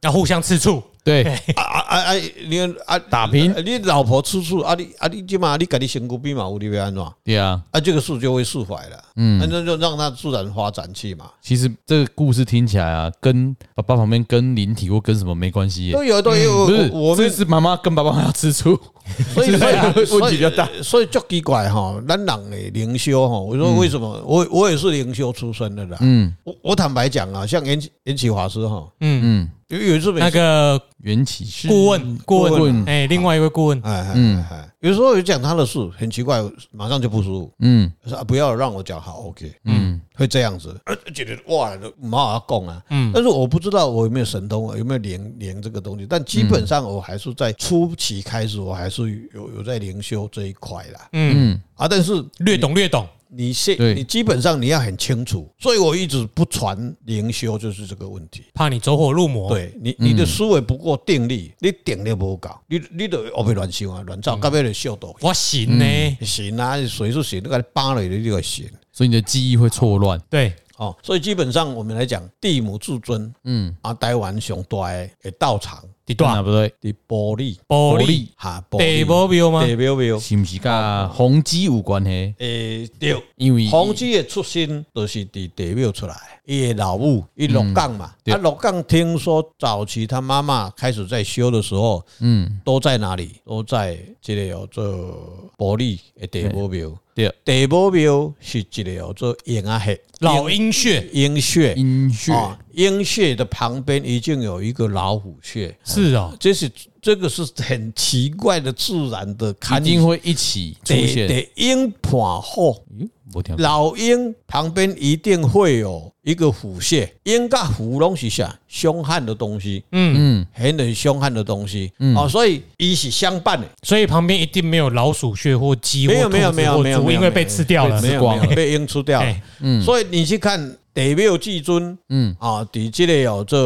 A: 要互相吃醋，
C: <laughs>
B: 对，
C: 啊啊啊啊！你啊
B: 打拼
C: 啊你老婆吃醋啊你啊你即嘛你家己身躯边嘛有你要安怎啊？
B: 对啊。
C: 这个事就会释怀了，嗯，那就让它自然发展去嘛，
B: 其实这个故事听起来啊，跟爸爸旁边跟灵体或跟什么没关系耶，
C: 都有都有，
B: 嗯不是？
C: 我我
B: 这
C: 们
B: 是妈妈跟爸爸要吃醋，
C: <laughs> 所
B: <laughs>
C: 以
B: 是
C: 所以
B: 问题比较大，
C: 所以就奇怪哈，咱人的灵修哈，我说为什么我我也是灵修出身的啦，
B: 嗯
C: 我我坦白讲啊，像延延启法师哈，
A: 嗯，
B: 嗯，
C: 有有一次每
A: 那个
B: 缘起是
A: 顾问顾问，哎，另外一位顾问，
C: 哎哎
B: 嗯
C: 哎哎，有时候有讲他的事很奇怪，马上就不舒服，
B: 嗯
C: 说啊不要让我讲好 OK，
B: 嗯，
C: 会这样子，呃，觉得哇，马阿贡啊，
A: 嗯
C: 但是我不知道我有没有神通啊，有没有灵灵这个东西，但基本上我还是在初期开始，我还是有有在灵修这一块啦
A: 嗯，
C: 啊，但是
A: 略懂略懂，
C: 你现
B: 对
C: 你基本上你要很清楚，所以我一直不传灵修就是这个问题。
A: 怕你走火入
B: 哦
A: 魔，，
C: 对你，你的思维不够定力，
B: 嗯
C: 你定力不够，你你都后边乱想啊，乱造，到尾就笑到
A: 我行呢，
C: 行啊，谁是行，你给他扒了你就会行。
B: 所以你的记忆会错乱，
A: 对，
C: 哦，所以基本上我们来讲，地母至尊，嗯，啊，台湾上大的的道场
A: 对
B: 对
C: 啊
A: 吧？
B: 不对？
C: 的玻璃，
A: 玻
B: 玻
A: 璃
B: 璃
C: 哈，
A: 得
C: 玻璃，
A: 波标吗？
C: 地表表，
B: 是不是跟宏基有关系？
C: 诶，对，
B: 因为
C: 洪基的出身就是伫地表出来的，伊的老母，伊鹿港嘛，
B: 对
C: 啊，鹿港听说早期他妈妈开始在修的时候，
B: 嗯
C: 都在哪里？都在这个叫做玻璃的地表表，
B: 对，
C: 地表表是一个叫做鹰啊黑，
A: 老鹰穴
C: 鹰穴。
B: 音穴
A: 哦
C: 啊，鹰穴的旁边已经有一个老虎穴，
A: 是哦，
C: 这是这个是很奇怪的自然的
B: 一
C: 看
B: 定会一起出
C: 得
B: 现。
C: 得鹰盘后，
A: 嗯
B: 咦我听过
C: 老鹰旁边一定会有一个虎穴，鹰跟虎拢是啥凶悍的东西，
A: 嗯，
B: 嗯，
C: 很很凶悍的东西哦，所以一是相伴的。
A: 所以旁边一定没有老鼠穴或鸡或
C: 没有
A: 兔
C: 没有
A: 子
C: 没有
A: 或
C: 没有，
A: 猪，
C: 没有
A: 因为被吃掉了，
C: 没有
B: 光
C: 没有被鹰吃掉了
A: 哎。
C: 所以你去看地表至尊，嗯啊，底这里有这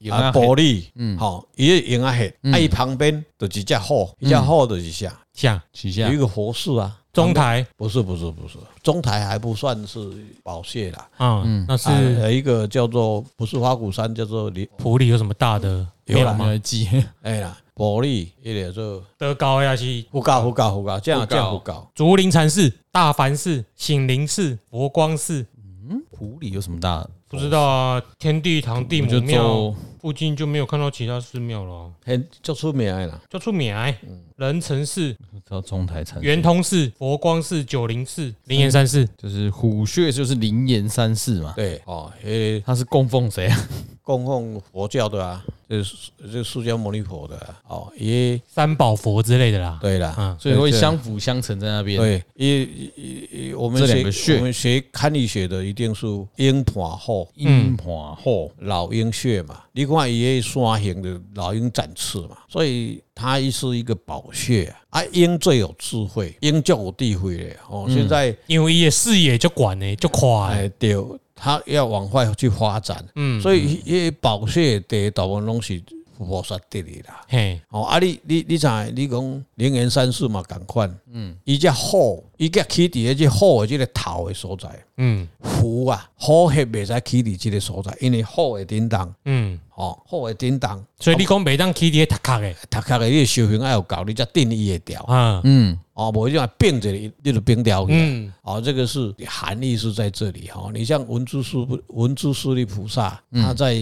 B: 鹰仔
C: 啊
B: 血
C: 玻璃，嗯，好，伊个鹰啊黑，
A: 嗯
C: 啊伊旁边就是一只虎，一只虎就是啥，
A: 像
B: 起下
C: 有一个活士啊，
A: 中台
C: 不是不是不是，中台还不算是宝蟹啦，
A: 啊，那
C: 啊
A: 是
C: 有一个叫做不是花鼓山，叫做李
A: 普里有什么大的
C: 有
A: 庙
C: 啦
B: 没
A: 吗？
B: 有 <laughs> 记，
C: 哎啦，玻璃一个做
A: 德高呀，是
C: 胡搞胡搞胡搞，这样
B: 胡
C: 这
B: 搞
C: 样胡搞，
A: 竹林禅寺、大梵寺、醒灵寺、佛光寺，
B: 湖里有什么大？
A: 不知道啊，天地堂、地
B: 我
A: 母
B: 就
A: 庙
B: 做
A: 附近就没有看到其他寺庙了啊，
C: 很就出名的啦，
A: 叫出名来，仁成寺、
B: 到中台禅，
A: 圆通寺、佛光寺、九灵寺、灵岩山寺，
B: 就是虎穴，就是灵岩山寺嘛。
C: 对哦，迄
B: 他是供奉谁啊？
C: 供奉佛教的啊，就是这释迦牟尼佛的啊哦，也
A: 三宝佛之类的啦。
C: 对啦，
A: 嗯，
B: 所以会相辅相成在那边。，
C: 对，也我们
B: 这两个
C: 学
B: 穴
C: 我们学堪舆学的一定是鹰盘后
B: 阴盘后
C: 老鹰穴嘛，你看伊个山形的老鹰展翅嘛，所以它是一个宝穴啊。啊，鹰最有智慧，鹰最有地慧的哦。
B: 嗯
C: 现在
A: 因为伊的视野就广呢，就宽欸，
C: 哎，对，它要往外去发展，
A: 嗯，
C: 所以伊个宝穴的大部分拢是菩萨得的啦。
A: 嘿，
C: 哦，啊你，你你知影你讲灵岩山寺嘛，共款，嗯，伊只虎，伊只起伫迄只虎的即个头的所在，
A: 嗯
C: 虎啊，虎血袂使起伫即个所在，因为虎的震动，
A: 嗯，
C: 哦，虎的震动，
A: 所以你讲袂当起伫塔壳诶，
C: 头壳的你的修行爱有够，你才定伊会掉，
A: 啊，
B: 嗯，
C: 哦，无你若并一个，你就并掉去了。
A: 嗯
C: 哦，这个是含义是在这里哈、哦。你像文殊师不文殊师利菩萨，他在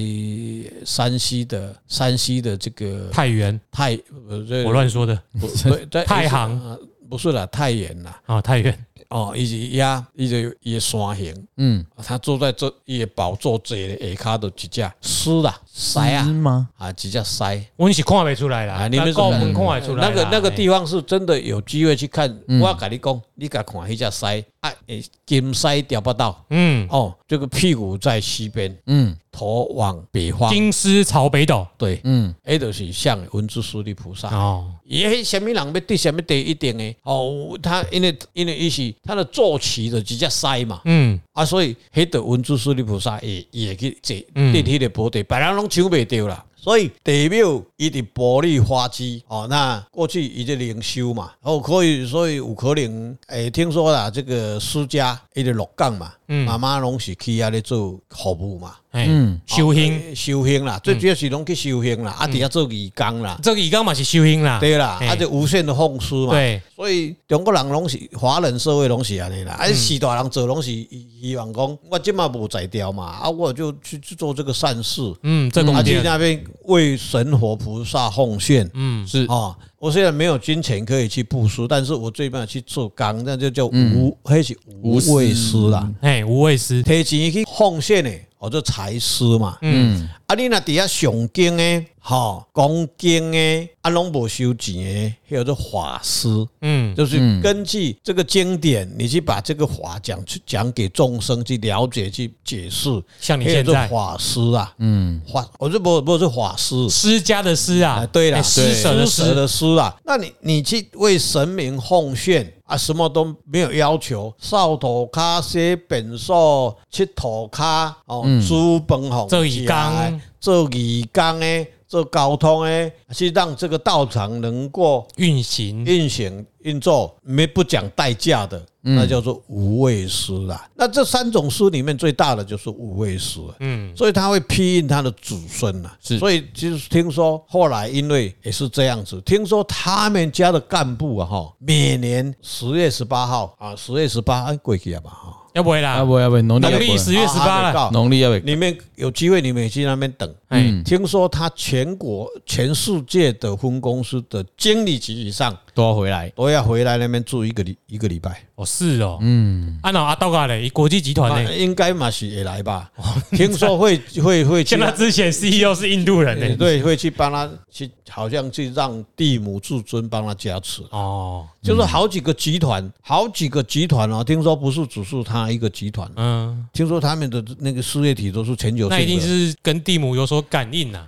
C: 山西的山西的这个
A: 太原，
C: 太呃这
A: 我乱说的
C: 不对，
A: <laughs>
C: 在
A: 太行
C: 呃不是啦，太远啦。
A: 啊，太原，
C: 哦，伊是压，伊就伊的山形，
B: 嗯，
C: 他坐在这伊的宝座坐的下骹的一只狮啦，塞啊
B: 吗？
C: 啊，几叫塞
A: 我们是看不出来啦，
C: 啊你们是
A: 高门看得出来啦，
C: 那个那个地
A: 方
C: 方是真的有机会去看。
A: 嗯
C: 我跟你讲，你敢看一下塞啊，诶金塞钓不到
A: 嗯，
C: 哦，这个屁股在西边，
B: 嗯
C: 头往北方，
A: 金丝朝北斗
C: 对，
B: 嗯，
C: 那就是像文殊师利菩萨。
A: 哦，
C: 也迄什么人要对什么对一定的哦，他因为因为伊是他的坐骑的直接塞嘛，
A: 嗯
C: 啊，所以迄个文殊师利菩萨也也去坐
A: 嗯
C: 电梯的宝地，别人拢抢袂到啦。所以地庙伊伫玻璃花枝哦，那过去伊就灵修嘛，哦，可以，所以有可能诶、听说啦，这个私家伊伫鹿港嘛，
A: 嗯
C: 妈妈拢是去遐咧做服务嘛，哦
A: 哎
B: 嗯，
A: 修行，嗯
C: 诶修行啦，最主要是拢去修行啦，啊，伫遐做义工啦，
A: 这个乙刚嘛是修行啦，
C: 对啦，
A: 嘿
C: 啊，就无限的放肆嘛，
A: 对，
C: 所以中国人拢是华人社会拢是安尼啦，
A: 嗯
C: 啊，士大人做拢是希望讲，我即嘛无才调嘛，啊，我就去去做这个善事，
A: 嗯，这
C: 啊，
A: 东
C: 去
A: 西，
C: 那边为神佛菩萨奉献。
A: 嗯
B: 是
C: 哦，我虽然没有金钱可以去布施，但是我最起码去做工，那就叫
A: 嗯
C: 无，那是无畏施啦。
A: 哎，无畏师，
C: 提钱去奉献的，哦，做财师嘛。
A: 嗯
C: 啊，你若伫遐上经的，吼、讲经的，啊，拢无收钱的，叫做法师。
A: 嗯
C: 就是根据这个经典，你去把这个法讲去讲给众生去了解、去解释。
A: 像你
C: 那
A: 现
C: 个
A: 在
C: 法师啊，嗯，法，我这不不是法师
A: 施家的施啊
C: 啊，，对了，
A: 哎施舍的
C: 施舍
A: 施，
C: 的施啊，那你你去为神明奉献啊，什么都没有要求，扫涂骹、洗便所、切涂骹哦，煮饭红
A: 嗯做义工，
C: 做义工的，做交通的，去让这个道场能够。
A: 运行，
C: 运行运作没不讲代价的，
A: 嗯
C: 那叫做无畏师啦。那这三种师里面最大的就是无畏师，
A: 嗯
C: 所以他会批印他的祖孙呐。
B: 是
C: 所以其实听说后来因为也是这样子，听说他们家的干部啊哈，每年十月十八号啊，十月十八哎过去啊吧哈，啊
A: 要不会
B: 啊
A: 啦，
B: 不要不，农历
A: 农历
B: 要
A: 十月十八了，
C: 了，
B: 农历要不，
C: 你们有机会你们也去那边等。
A: 哎，
C: 听说他全国全世界的分公司的经理级以上
B: 都要回来。
C: 都要回来那边住一个礼一个礼拜。
A: 哦是哦，嗯，啊那阿道噶嘞，国际集团
C: 啊
A: 嘞，
C: 应该嘛是也
A: <laughs>
C: 来吧？
A: 哦
C: 听说会会会去
A: 像，他之前 CEO 是印度人嘞，
C: 啊哎对，会去帮他去，好像去让地母至尊帮他加持。
A: 哦，
C: 就是好几个集团，
B: 嗯
C: 好几个集团哦，听说不是只是他一个集团，
A: 嗯，
C: 听说他们的那个事业体都是全球性
A: 那
C: 的。
A: 一定是跟地母有所感应啊呐，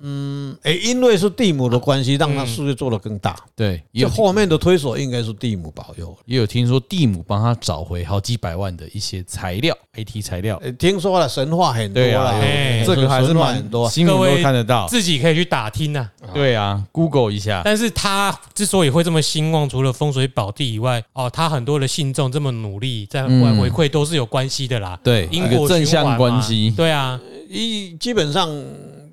B: 嗯，
C: 哎，因为是地母的关系，让他事业做得更大。
B: 对，嗯也有
C: 就后面的推手应该是地母保佑。
B: 也有听说蒂姆帮他找回好几百万的一些材料，IT 材料。
C: 哎听说了神话很多
B: 对
C: 了
B: 啊，
A: 哎嘿
B: 有这个还是
C: 神话
B: 蛮
C: 很多。
B: 新闻都看得
C: 啊
B: 到。
A: 自己可以去打听呐。
B: 对啊，Google 一下，
A: 但是他之所以会这么兴旺，除了风水宝地以外，哦，他很多的信众这么努力在外
B: 嗯
A: 回馈都是有关系的啦。
B: 对，
A: 因
B: 一
A: 果
B: 个正
A: 循环嘛
B: 向关系。
A: 对啊，
C: 一基本上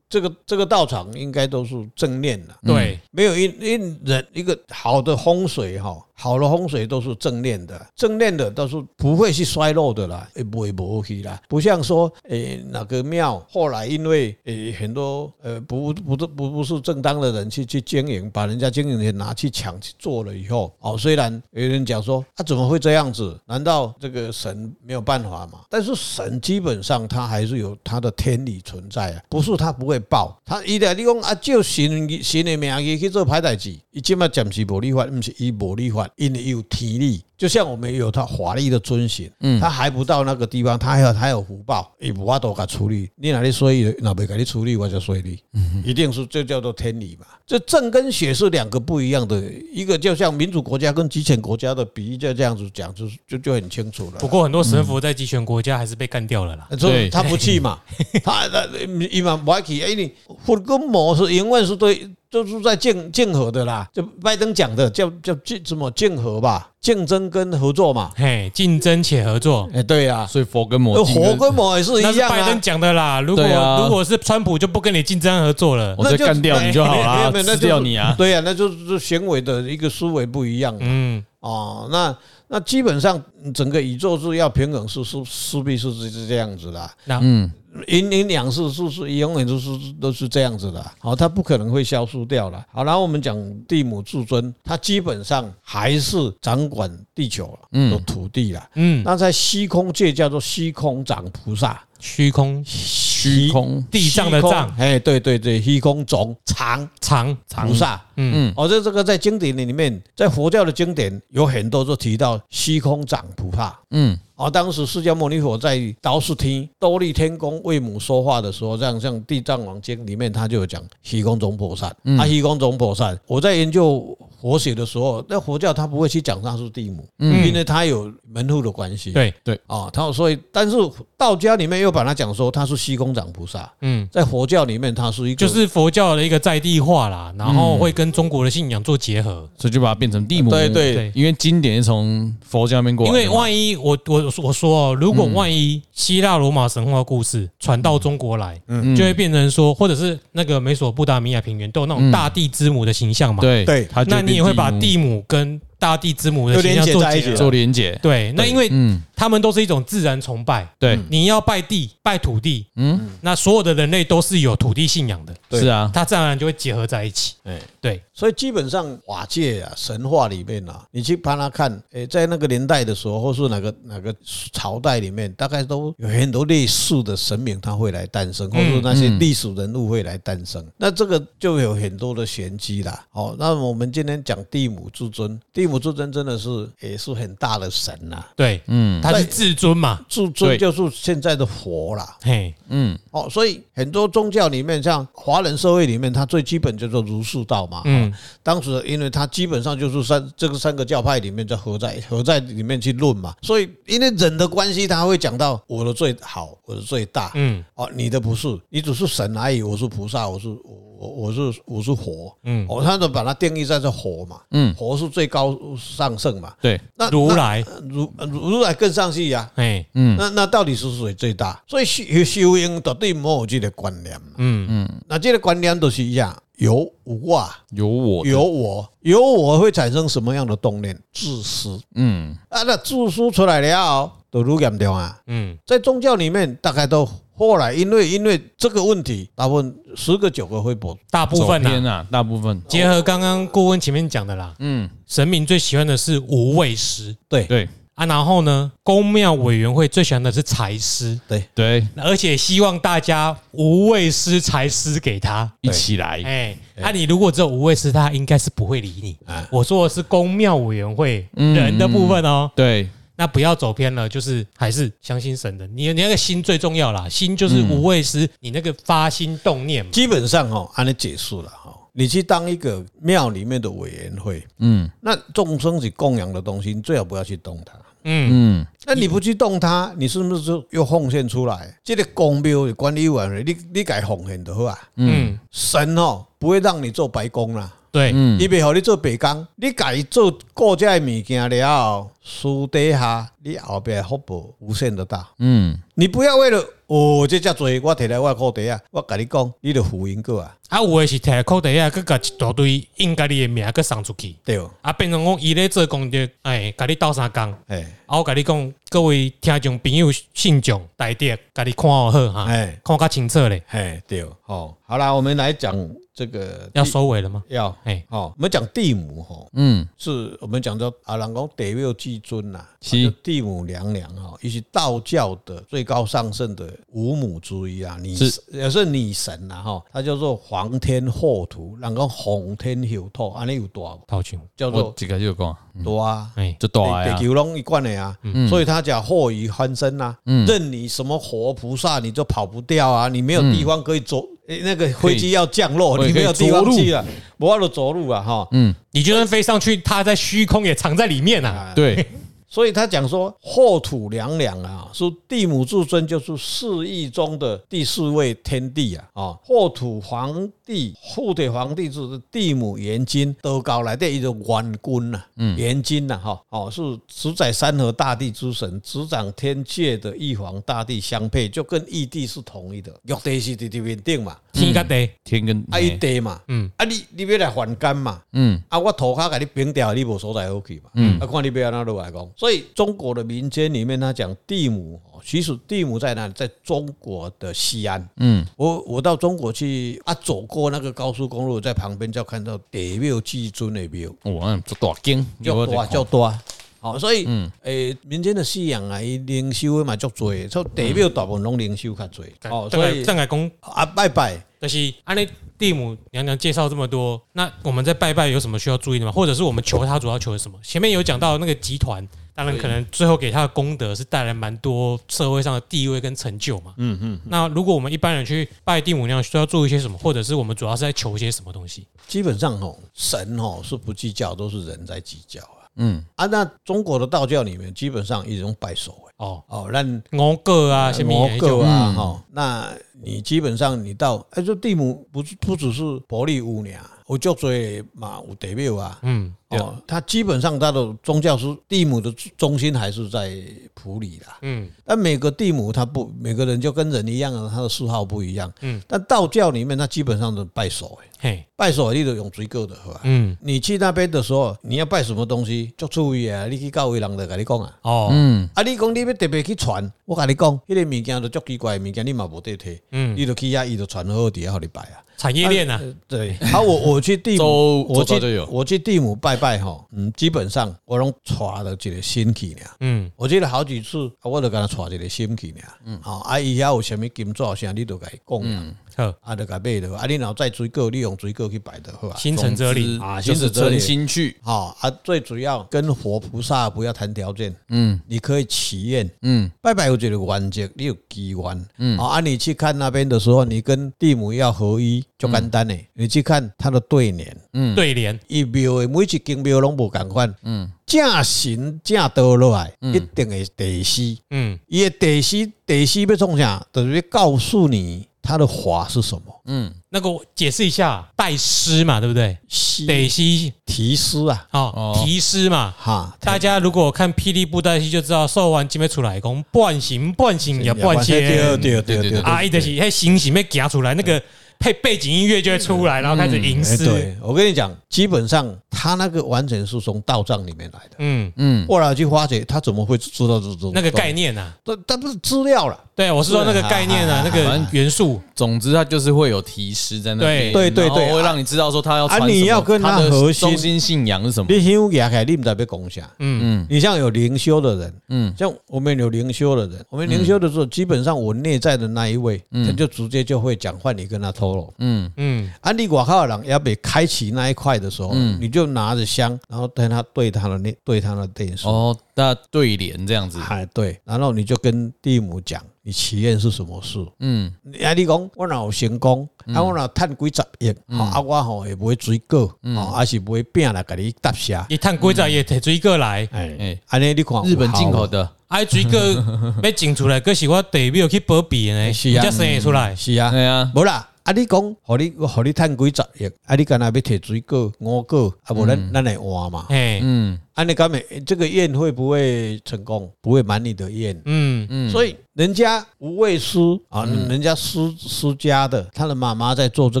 C: 这个这个道场应该都是正念
B: 嗯
C: 的。
A: 对，
C: 没有因因人一个好的风水哈，好的风水都是正念的，正念的都是不会去衰落的啦，也不会不去啦。不像说诶、哪个庙后来因为诶、很多呃不不不不不是正当的人去去经营，把人家经营的拿去抢去做了以后，哦，虽然有人讲说啊怎么会这样子？难道这个神没有办法吗？但是神基本上他还是有他的天理存在啊，不是他不会报，他伊的你讲啊就神神的啊名义去做歹代志，伊即嘛暂时无立法，毋啊是伊无立法，因为伊有天理。就像我们有他法律的遵循，嗯，他还不到那个地方，他还有他有福报，哎伊无法度甲处理。你哪里说伊，哪袂甲你处理，我就说你，一定是这叫做天理嘛。这正跟邪是两个不一样的，一个就像民主国家跟集权国家的比喻，就这样子讲，就是就就很清楚了。
A: 不过很多神
B: 嗯
A: 佛在集权国家还是被干掉了啦。
C: 所以
B: 对
C: 他不去嘛，他他伊嘛不爱去，因为佛跟魔是永远是对，就是在竞竞合的啦。就拜登讲的叫叫竞什么竞合吧，竞争跟合作嘛。
A: 嘿，竞争且合作，
C: 哎，对呀、啊，
B: 所以佛跟魔
C: 那
B: 镜
C: 火跟魔也是
A: 那
C: 一
A: 是
C: 样
A: 拜登
C: 啊。
A: 讲的啦。如果
B: 对啊哦
A: 如果是川普，就不跟你竞争合作了。
B: 我再干掉你就好
C: 没有没
B: 啦，
C: 有那
B: 吃
C: 就是
B: 掉你
C: <laughs>
B: 啊。
C: 对呀、那就是行为的一个思维不一样
A: 嗯，
C: 哦。那那基本上嗯整个宇宙是要平衡，是是势必是是是这样子的啊。
A: 那
B: 嗯，
C: 阴阴两世是是永远都是都是这样子的，好，它不可能会消失掉了。好，然后我们讲地母至尊，它基本上还是掌管地球的土地啦。
A: 嗯，
C: 那在虚空界叫做虚空掌菩萨，
A: 虚空
B: 虚空，
A: 地藏的
C: 虚
A: 藏
C: 空，哎，对对对，虚空种藏
A: 藏，
C: 菩萨，
A: 嗯
C: 嗯，哦，这这个在经典里面，在佛教的经典有很多都提到虚空藏菩萨。
B: 嗯
C: 哦，当时释迦牟尼佛在导师听兜率天宫为母说话的时候，像像《地藏王经》里面他就有讲虚空中菩萨，
A: 嗯
C: 啊，虚空中菩萨。我在研究佛学的时候，那佛教他不会去讲他是地母，
A: 嗯
C: 因为他有门户的关系。
A: 对，
C: 哦，他所以，但是道家里面又把它讲说他是虚空藏菩萨，
A: 嗯，
C: 在佛教里面他是一个
A: 就是佛教的一个在地化啦，然后会跟中国的信仰做结合。
B: 所以就把它变成地母。
C: 对对
A: 对
B: 因为经典是从佛教那边过来
A: 因
B: 的嘛，
A: 为万一我我我说哦，如果万一希腊罗马神话故事传到中国来，
B: 嗯
A: 就会变成说，或者是那个美索不达米亚平原都有那种大地之母的形象嘛，
B: 对
C: 对
B: 它就
A: 那你也会把
B: 变
A: 地母跟大地之母的
C: 就
A: 形
C: 连
A: 象
C: 结
A: 做
C: 在一
A: 结
C: 起
A: 合
B: 母。做连结。
A: 对，嗯那因为
B: 嗯，
A: 他们都是一种自然崇拜，
B: 对，
A: 你要拜地拜土地，
B: 嗯，
A: 那所有的人类都是有土地信仰的，
C: 对
B: 是啊，
A: 它自然而然就会结合在一起。
C: 哎
A: 对，
C: 所以基本上法界啊、神话里面啊，你去帮他看，诶、在那个年代的时候，或是哪个哪个朝代里面，大概都有很多类似的神明他会来诞生，或是那些历史人物会来诞生。那这个就有很多的玄机啦。哦，那我们今天讲地母至尊，地母至尊真的是也是很大的神呐、
A: 对，
B: 嗯
A: 它是至尊嘛，
C: 至
B: 对
C: 尊就是现在的佛啦，
A: 嘿，
B: 嗯
C: 哦，所以很多宗教里面，像华人社会里面，它最基本叫做儒释道嘛。
A: 嗯
C: 嗯，当时因为它基本上就是三这个三个教派里面在合在合在里面去论嘛，所以因为人的关系，他会讲到我的最好，我的最大。
A: 嗯
C: 哦，你的不是，你只是神而已，我是菩萨，我是我我我是我是佛。
A: 嗯，
C: 哦，他就把它定义在这佛嘛，
B: 嗯，
C: 佛是最高上圣嘛。
B: 对，
C: 那
A: 如
C: 那
A: 来，
C: 呃如呃如如来更上去呀、
A: 嘿，
B: 嗯
C: 那那到底是谁最大？所以修修行绝对没有这个观念嘛。
A: 嗯嗯，
C: 那这个观念都是一样，有我，
B: 有我的，
C: 有我，有我会产生什么样的动念？自私
B: 嗯
C: 啊，那自私出来了后，都愈严重啊。
A: 嗯
C: 在宗教里面，大概都后来因为因为这个问题，大部分十个九个会不
A: 大部分
B: 走偏
A: 呢，
B: 啊，大部分，
A: 结合刚刚顾问前面讲的啦，
B: 嗯，
A: 神明最喜欢的是无畏师
C: 对
B: 对
A: 啊，然后呢，公庙委员会最喜欢的是财师，
C: 对。
B: 对，
A: 而且希望大家无畏师财师给他。
B: 一起来，
A: 哎，那、你如果只有无畏师，他应该是不会理你。我说的是公庙委员会
B: 嗯
A: 人的部分哦，
B: 对，
A: 那不要走偏了，就是还是相信神的。你你那个心最重要啦，心就是无畏师，你那个发心动念嘛。
C: 基本上哦，按你解释了哈，你去当一个庙里面的委员会，
B: 嗯
C: 那众生是供养的东西，你最好不要去动它。
A: 嗯，
B: 嗯
C: 那你不去动它，你是不是就又奉献出来？这个公庙的管理委员会，你你该奉献就好啊。
A: 嗯，
C: 神哦，不会让你做白工啦，
A: 对，
B: 嗯
C: 伊袂让你做白工，你家做顾这的物件了后，私底下你后边福报无限的大。
B: 嗯，
C: 你不要为了哦，这遮多，我摕来我的裤袋啊，我跟你讲，你就浮盈过啊，
A: 啊，有的是摕口袋啊，佮甲一大堆应该你的名佮送出去，
C: 对哦，
A: 啊，变成讲伊咧做功德，哎，甲你斗相共。
C: 哎
A: 啊，我甲你讲，各位听众朋友信众大德，甲你看好好哈，
C: 哎
A: 看较清楚咧，
C: 哎，对哦，哦，好啦，我们来讲这个
A: 要收尾了吗？
C: 要
A: 哎，
C: 哦，我们讲地母哦，
B: 嗯
C: 是我们讲到啊，人讲地位至尊呐、啊，
B: 是
C: 就地母娘娘哈，也是道教的最高上圣的五母之一啊，女
B: 是
C: 也是女神呐、啊、哈，她叫做皇天后土，人讲皇天后土，安尼有大无
A: 套群，
C: 叫
B: 我嗯
C: 做
B: 这个就讲，
C: 大啊。
A: 哎，
B: 就大嗯
C: 地
B: 呀
C: 地，球拢一贯的啊，所以他讲祸于翻身呐、
B: 嗯
C: 任你什么活菩萨，你就跑不掉啊，你没有地方可以走，诶那个飞机要降落，
B: 可以
C: 你没有
B: 可以
C: 地
B: 着
C: 方
B: 陆
C: 去啊了，不要着陆啊哈。
B: 嗯，
A: 你就算飞上去，它在虚空也藏在里面啊。
B: 对，
C: 所以他讲说后土凉凉啊，是地母至尊，就是四义中的第四位天帝啊，哦，后土皇帝，后土皇帝就是地母元君，都搞来的一个元君呐、啊，元君呐，哈，哦，是主宰山河大地之神，执掌天界的玉皇大帝相配，就跟义帝是同一的，玉帝是地地面顶嘛，
A: 天甲地，
B: 天跟
C: 啊，一地嘛，
A: 嗯
C: 嗯，啊，你你要来还甘嘛，
B: 嗯
C: 啊，我头壳给你平掉，你无所在好去嘛。嗯，啊，看你要安怎落来讲。所以中国的民间里面，他讲地母，哦其实地母在哪里？在中国的西安。
B: 嗯
C: 我我到中国去啊，走过那个高速公路，在旁边就看到地庙至尊的庙，
B: 哇，做大经，
C: 叫
B: 我
C: 大
B: 在看
C: 叫大。哦，所以
B: 嗯，
C: 诶，民间的信仰啊，伊灵修的嘛足多的，所以地庙大部分拢灵修较多。哦，
A: 邓
C: 所
A: 海
C: 以
A: 邓海公
C: 啊拜拜，
A: 就是安尼蒂姆娘娘介绍这么多，那我们在拜拜有什么需要注意的吗？或者是我们求他主要求的什么？前面有讲到那个集团，当然可能最后给他的功德是带来蛮多社会上的地位跟成就嘛。嗯嗯。那如果我们一般人去拜蒂姆娘，需要做一些什么？或者是我们主要是在求些什么东西？
C: 基本上吼、神吼、是不计较，都是人在计较啊。
B: 嗯，
C: 啊，那中国的道教里面，基本上一种拜手的
A: 哦，
C: 哦，咱
A: 我个啊，什么
C: 魔个
B: 那
C: 啊，
A: 嗯
B: 种
C: 哈、那你基本上你到哎，这地母不是不只是玻璃屋俩，啊有足多的嘛，有地庙啊。
A: 嗯，
C: 哦，它基本上它的宗教是地母的中心还是在普里啦。
A: 嗯
C: 但每个地母他不，每个人就跟人一样啊，他的嗜好不一样。
A: 嗯，
C: 但道教里面，他基本上是拜手的，
A: 嘿，
C: 拜手你就用水果的，好吧？
A: 嗯
C: 你去那边的时候，你要拜什么东西，就注意啊！你去教会人就跟你讲啊，
A: 哦
B: 嗯，
C: 啊，你讲你要特别去传，我跟你讲，迄、个物件就足奇怪的物件，你嘛无得摕，
A: 嗯，
C: 你就去遐，伊就传好底下互你拜啊。
A: 产业链啊，
C: 对，啊，我我去地母，
B: 周周
C: 我
B: 遭
C: 去
B: 就有，
C: 我去地母拜拜吼，嗯，基本上我拢带了一个心去俩。
A: 嗯
C: 我记得好几次，啊我就跟他带一个心去俩。嗯，好，啊，伊遐有啥物金纸有啥，你就甲伊讲啦，
A: 呵，
C: 啊，就甲买落，啊，你若有再水果，你用水果去拜就好啊。
A: 心诚则灵，
C: 啊
B: 就
C: 心
B: 是
C: 诚则
B: 真
C: 灵
B: 心去，
C: 好啊，最主要跟活菩萨不要谈条件，
B: 嗯
C: 你可以祈愿。
B: 嗯
C: 拜拜有一个原则，你有机缘。嗯，啊，你去看那边的时候，你跟地母要合一，就简单嘞。
A: 嗯
C: 你去看它的对联，
B: 嗯，，
A: 对联，
C: 伊庙的每一间庙拢无共款，
B: 嗯
C: 正神正道落来，一定会地师。
A: 嗯
C: 伊的地师，地师要创啥？就是要告诉你他的法是什么，
B: 嗯，
A: 那个我解释一下，拜师嘛，对不对？
C: 师
A: 得西
C: 提师啊，
A: 哦
B: 哦，
A: 题诗嘛。
C: 哈，
A: 大家如果看《霹雳布袋戏》就知道，寿完金要出来讲半形半形也半
C: 对
A: 仙
C: 对对对对，
A: 啊，伊就是迄形形要夹出来，那个配背景音乐就会出来，然后开始吟
C: 哎，
A: 诗。
C: 对我跟你讲，基本上他那个完全是从道藏里面来的。
A: 嗯，
B: 嗯
C: 我来去发掘，他怎么会知道这种
A: 那个概？念啊，
C: 这他不是资料了。
A: 对我是说那个概念啊，那个元素，
B: 总之，它就是会有提示在那边，
A: 对
C: 对对对
B: 然后会让你知道说他要传
C: 啊
B: 什么
C: 你要跟他
B: 他的
C: 核心
B: 中心信仰是什么。
C: 你先牙开，你不知道要讲啥。
A: 嗯
B: 嗯
C: 你像有灵修的人，
B: 嗯
C: 像我们有灵修的人，我们灵修的时候，基本上我内在的那一位，他就直接就会讲，换你跟他透露。
B: 嗯
A: 嗯
C: 啊，你外靠人要被开启那一块的时候，
B: 嗯
C: 你就拿着香，然后对他对他的那对他的电视，
B: 哦，那对联这样子，
C: 哎对，然后你就跟地母讲你祈愿是什么事，
B: 嗯
C: 啊，你讲我若有成功，啊，我若趁几十亿，
B: 嗯
C: 吼啊，我吼会买水果，吼，还是买饼来给你搭谢。
A: 一探规则也提水果来，
C: 哎，
B: 嗯哎，
C: 安尼你看有效无，
B: 日本进口的，
A: 啊，水果要种出来，可是我得要去保庇的呢，
C: <laughs> 是啊
A: 才生得出来。
C: 是啊，
B: 对啊，
C: 无啦，啊，你讲，互你互你趁几十亿，啊，你干那要摕水果、五果，啊，无咱咱来换嘛，
A: 哎，
B: 嗯
C: 安尼敢会这个宴会不会成功？不会满你的宴。
A: 嗯
B: 嗯，
C: 所以人家无畏师啊，人家师师家的，他的妈妈在做这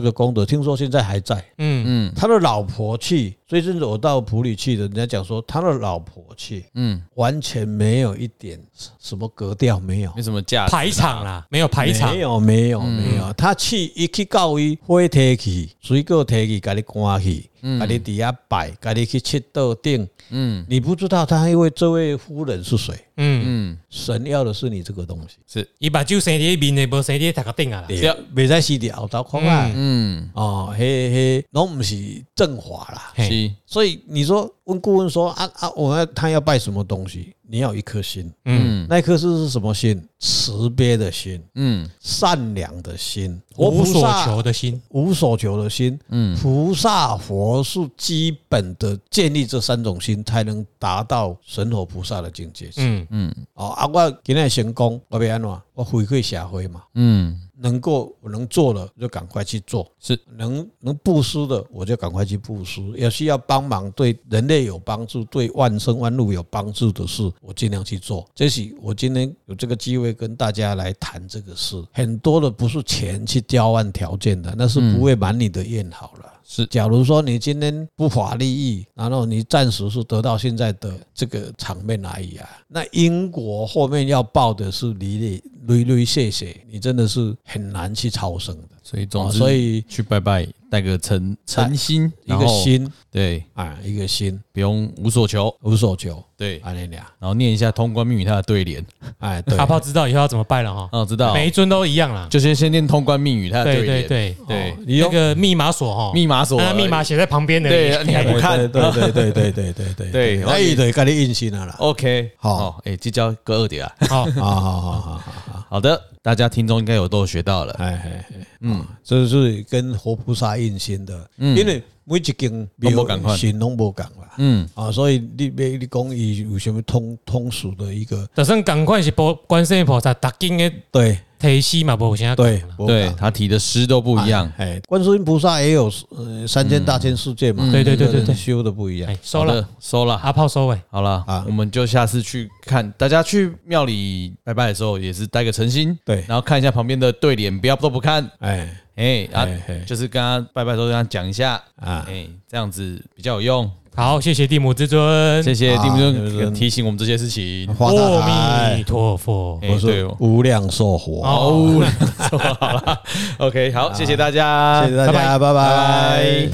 C: 个功德，听说现在还在。
A: 嗯
B: 嗯
C: 他的老婆去，最近我到普里去的，人家讲说他的老婆去，
B: 嗯，
C: 完全没有一点什么格调，没有
B: 没，什么价值，
A: 排场啦，没有排场
C: 没，有，没
B: 嗯
C: 有，没有。他去一去到伊火提去，水果提去，给你赶去，给你底下摆，给你去七道顶。
B: 嗯
C: 你不知道他因为这位夫人是谁，
A: 嗯，
B: 嗯，
C: 神要的是你这个东西，
B: 是，
A: 伊把酒生伫面内，无生伫头壳顶啊啦。
B: 对啊
C: 袂使死伫后头看啊。
B: 嗯，
C: 哦，嘿嘿，拢毋是正法啦。
A: 嘿
B: 是，
C: 所以你说问顾问说啊啊，我要他要拜什么东西？你要有一颗心，
A: 嗯，
C: 那一颗心是什么心？慈悲的心，
B: 嗯
C: 善良的心，
A: 无所
C: 活菩萨
A: 求的心，
C: 无所求的心。
B: 嗯
C: 菩萨佛是基本的建立这三种心，才能达到神佛菩萨的境界。
A: 嗯
B: 嗯
C: 哦啊，我今天成功，我要安怎？我回馈社会嘛，
B: 嗯，
C: 能够我能做的就赶快去做，
B: 是
C: 能能布施的我就赶快去布施，有需要帮忙对人类有帮助、对万生万物有帮助的事，我尽量去做。这是我今天有这个机会跟大家来谈这个事，很多的不是钱去交换条件的，那是
B: 嗯
C: 不会满你的愿好了。
B: 是
C: 假如说你今天不法利益，然后你暂时是得到现在的这个场面而已啊，那因果后面要报的是累累累累谢谢，你真的是很难去超生的。
B: 所以总
C: 哦
B: 之，
C: 所以
B: 去拜拜，带个诚诚心，
C: 一
B: 然
C: 个
B: 后
C: 心
B: 对，
C: 啊，一个心，
B: 不用无所求，
C: 无所求，
B: 对，
C: 啊，你俩，
B: 然后念一下通关密语它的对联，
C: 哎， <laughs> 对
A: 阿，炮知道以后要怎么拜了哈，
B: 哦，知道，
A: 每一尊都一样啦。
B: 就是先念通关密语它的
A: 对
B: 对
A: 对
B: 联，
A: 对，
B: 对，
C: 你
A: 那
C: 用
A: 个密码锁哈，
B: 哎密码锁
A: 那，密码写在旁边的，
B: 对你还不看
C: 哎对对对对对对 <laughs> 对
B: 对
C: 那伊就跟你印心啊啦，
B: OK，
C: 好
B: 好，哎，这叫个二点啊，
A: 好，
C: 啊，好好好好好，
B: 好的，大家听众应该有都有学到了，
C: 哎哎，哎嗯，这是跟活菩萨印心的，因为每一间
B: 嗯都不同款
C: 神拢无共啦，
B: 嗯，
C: 啊，所以你要你讲伊有什么通通俗的一个，
A: 就算赶快是观观世音菩萨，达经的
C: 对
A: 提示嘛，无啥
C: 对
A: 讲啦
C: 不
B: 对
C: 同
B: 他提的诗都不一样，
C: 哎，观世音菩萨也有呃三千大千世界
B: 嗯
C: 嘛，
A: 对对对
C: 每个人
A: 对对
C: 修的不一样
A: 哎，，收了，
B: 好的，收了。
A: 阿炮收尾，
B: 好了，
C: 啊
B: 我们就下次去看。大家去庙里拜拜的时候，也是带个诚心，
C: 对
B: 然后看一下旁边的对联，不要都不看，
C: 哎
B: 哎、啊
C: 哎哎
B: 就是跟他拜拜的时候跟他讲一下，哎、
C: 啊，
B: 这样子比较有用。
A: 好，谢谢地母之尊，
B: 谢谢
C: 啊
B: 蒂姆
C: 对不对
B: 兄提醒我们这些事情。
C: 花大
A: 阿弥
C: 海，
A: 陀佛，
B: 哎
C: 我
B: 对
C: 是
B: 哦
C: 无量寿佛。
B: 哦，错好了，OK，好，谢谢大家，
C: 啊谢谢大家，
B: 拜
C: 拜拜。
B: 拜。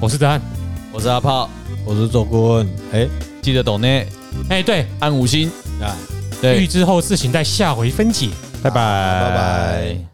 A: 我是德安，
B: 我是阿炮，
C: 我是周顾问，哎、
B: 记得懂内
A: 哎，对，
B: 按五星，
C: 啊，
A: 预
B: 对，
A: 知后事请在下回分解。
B: 拜拜，
C: 拜拜。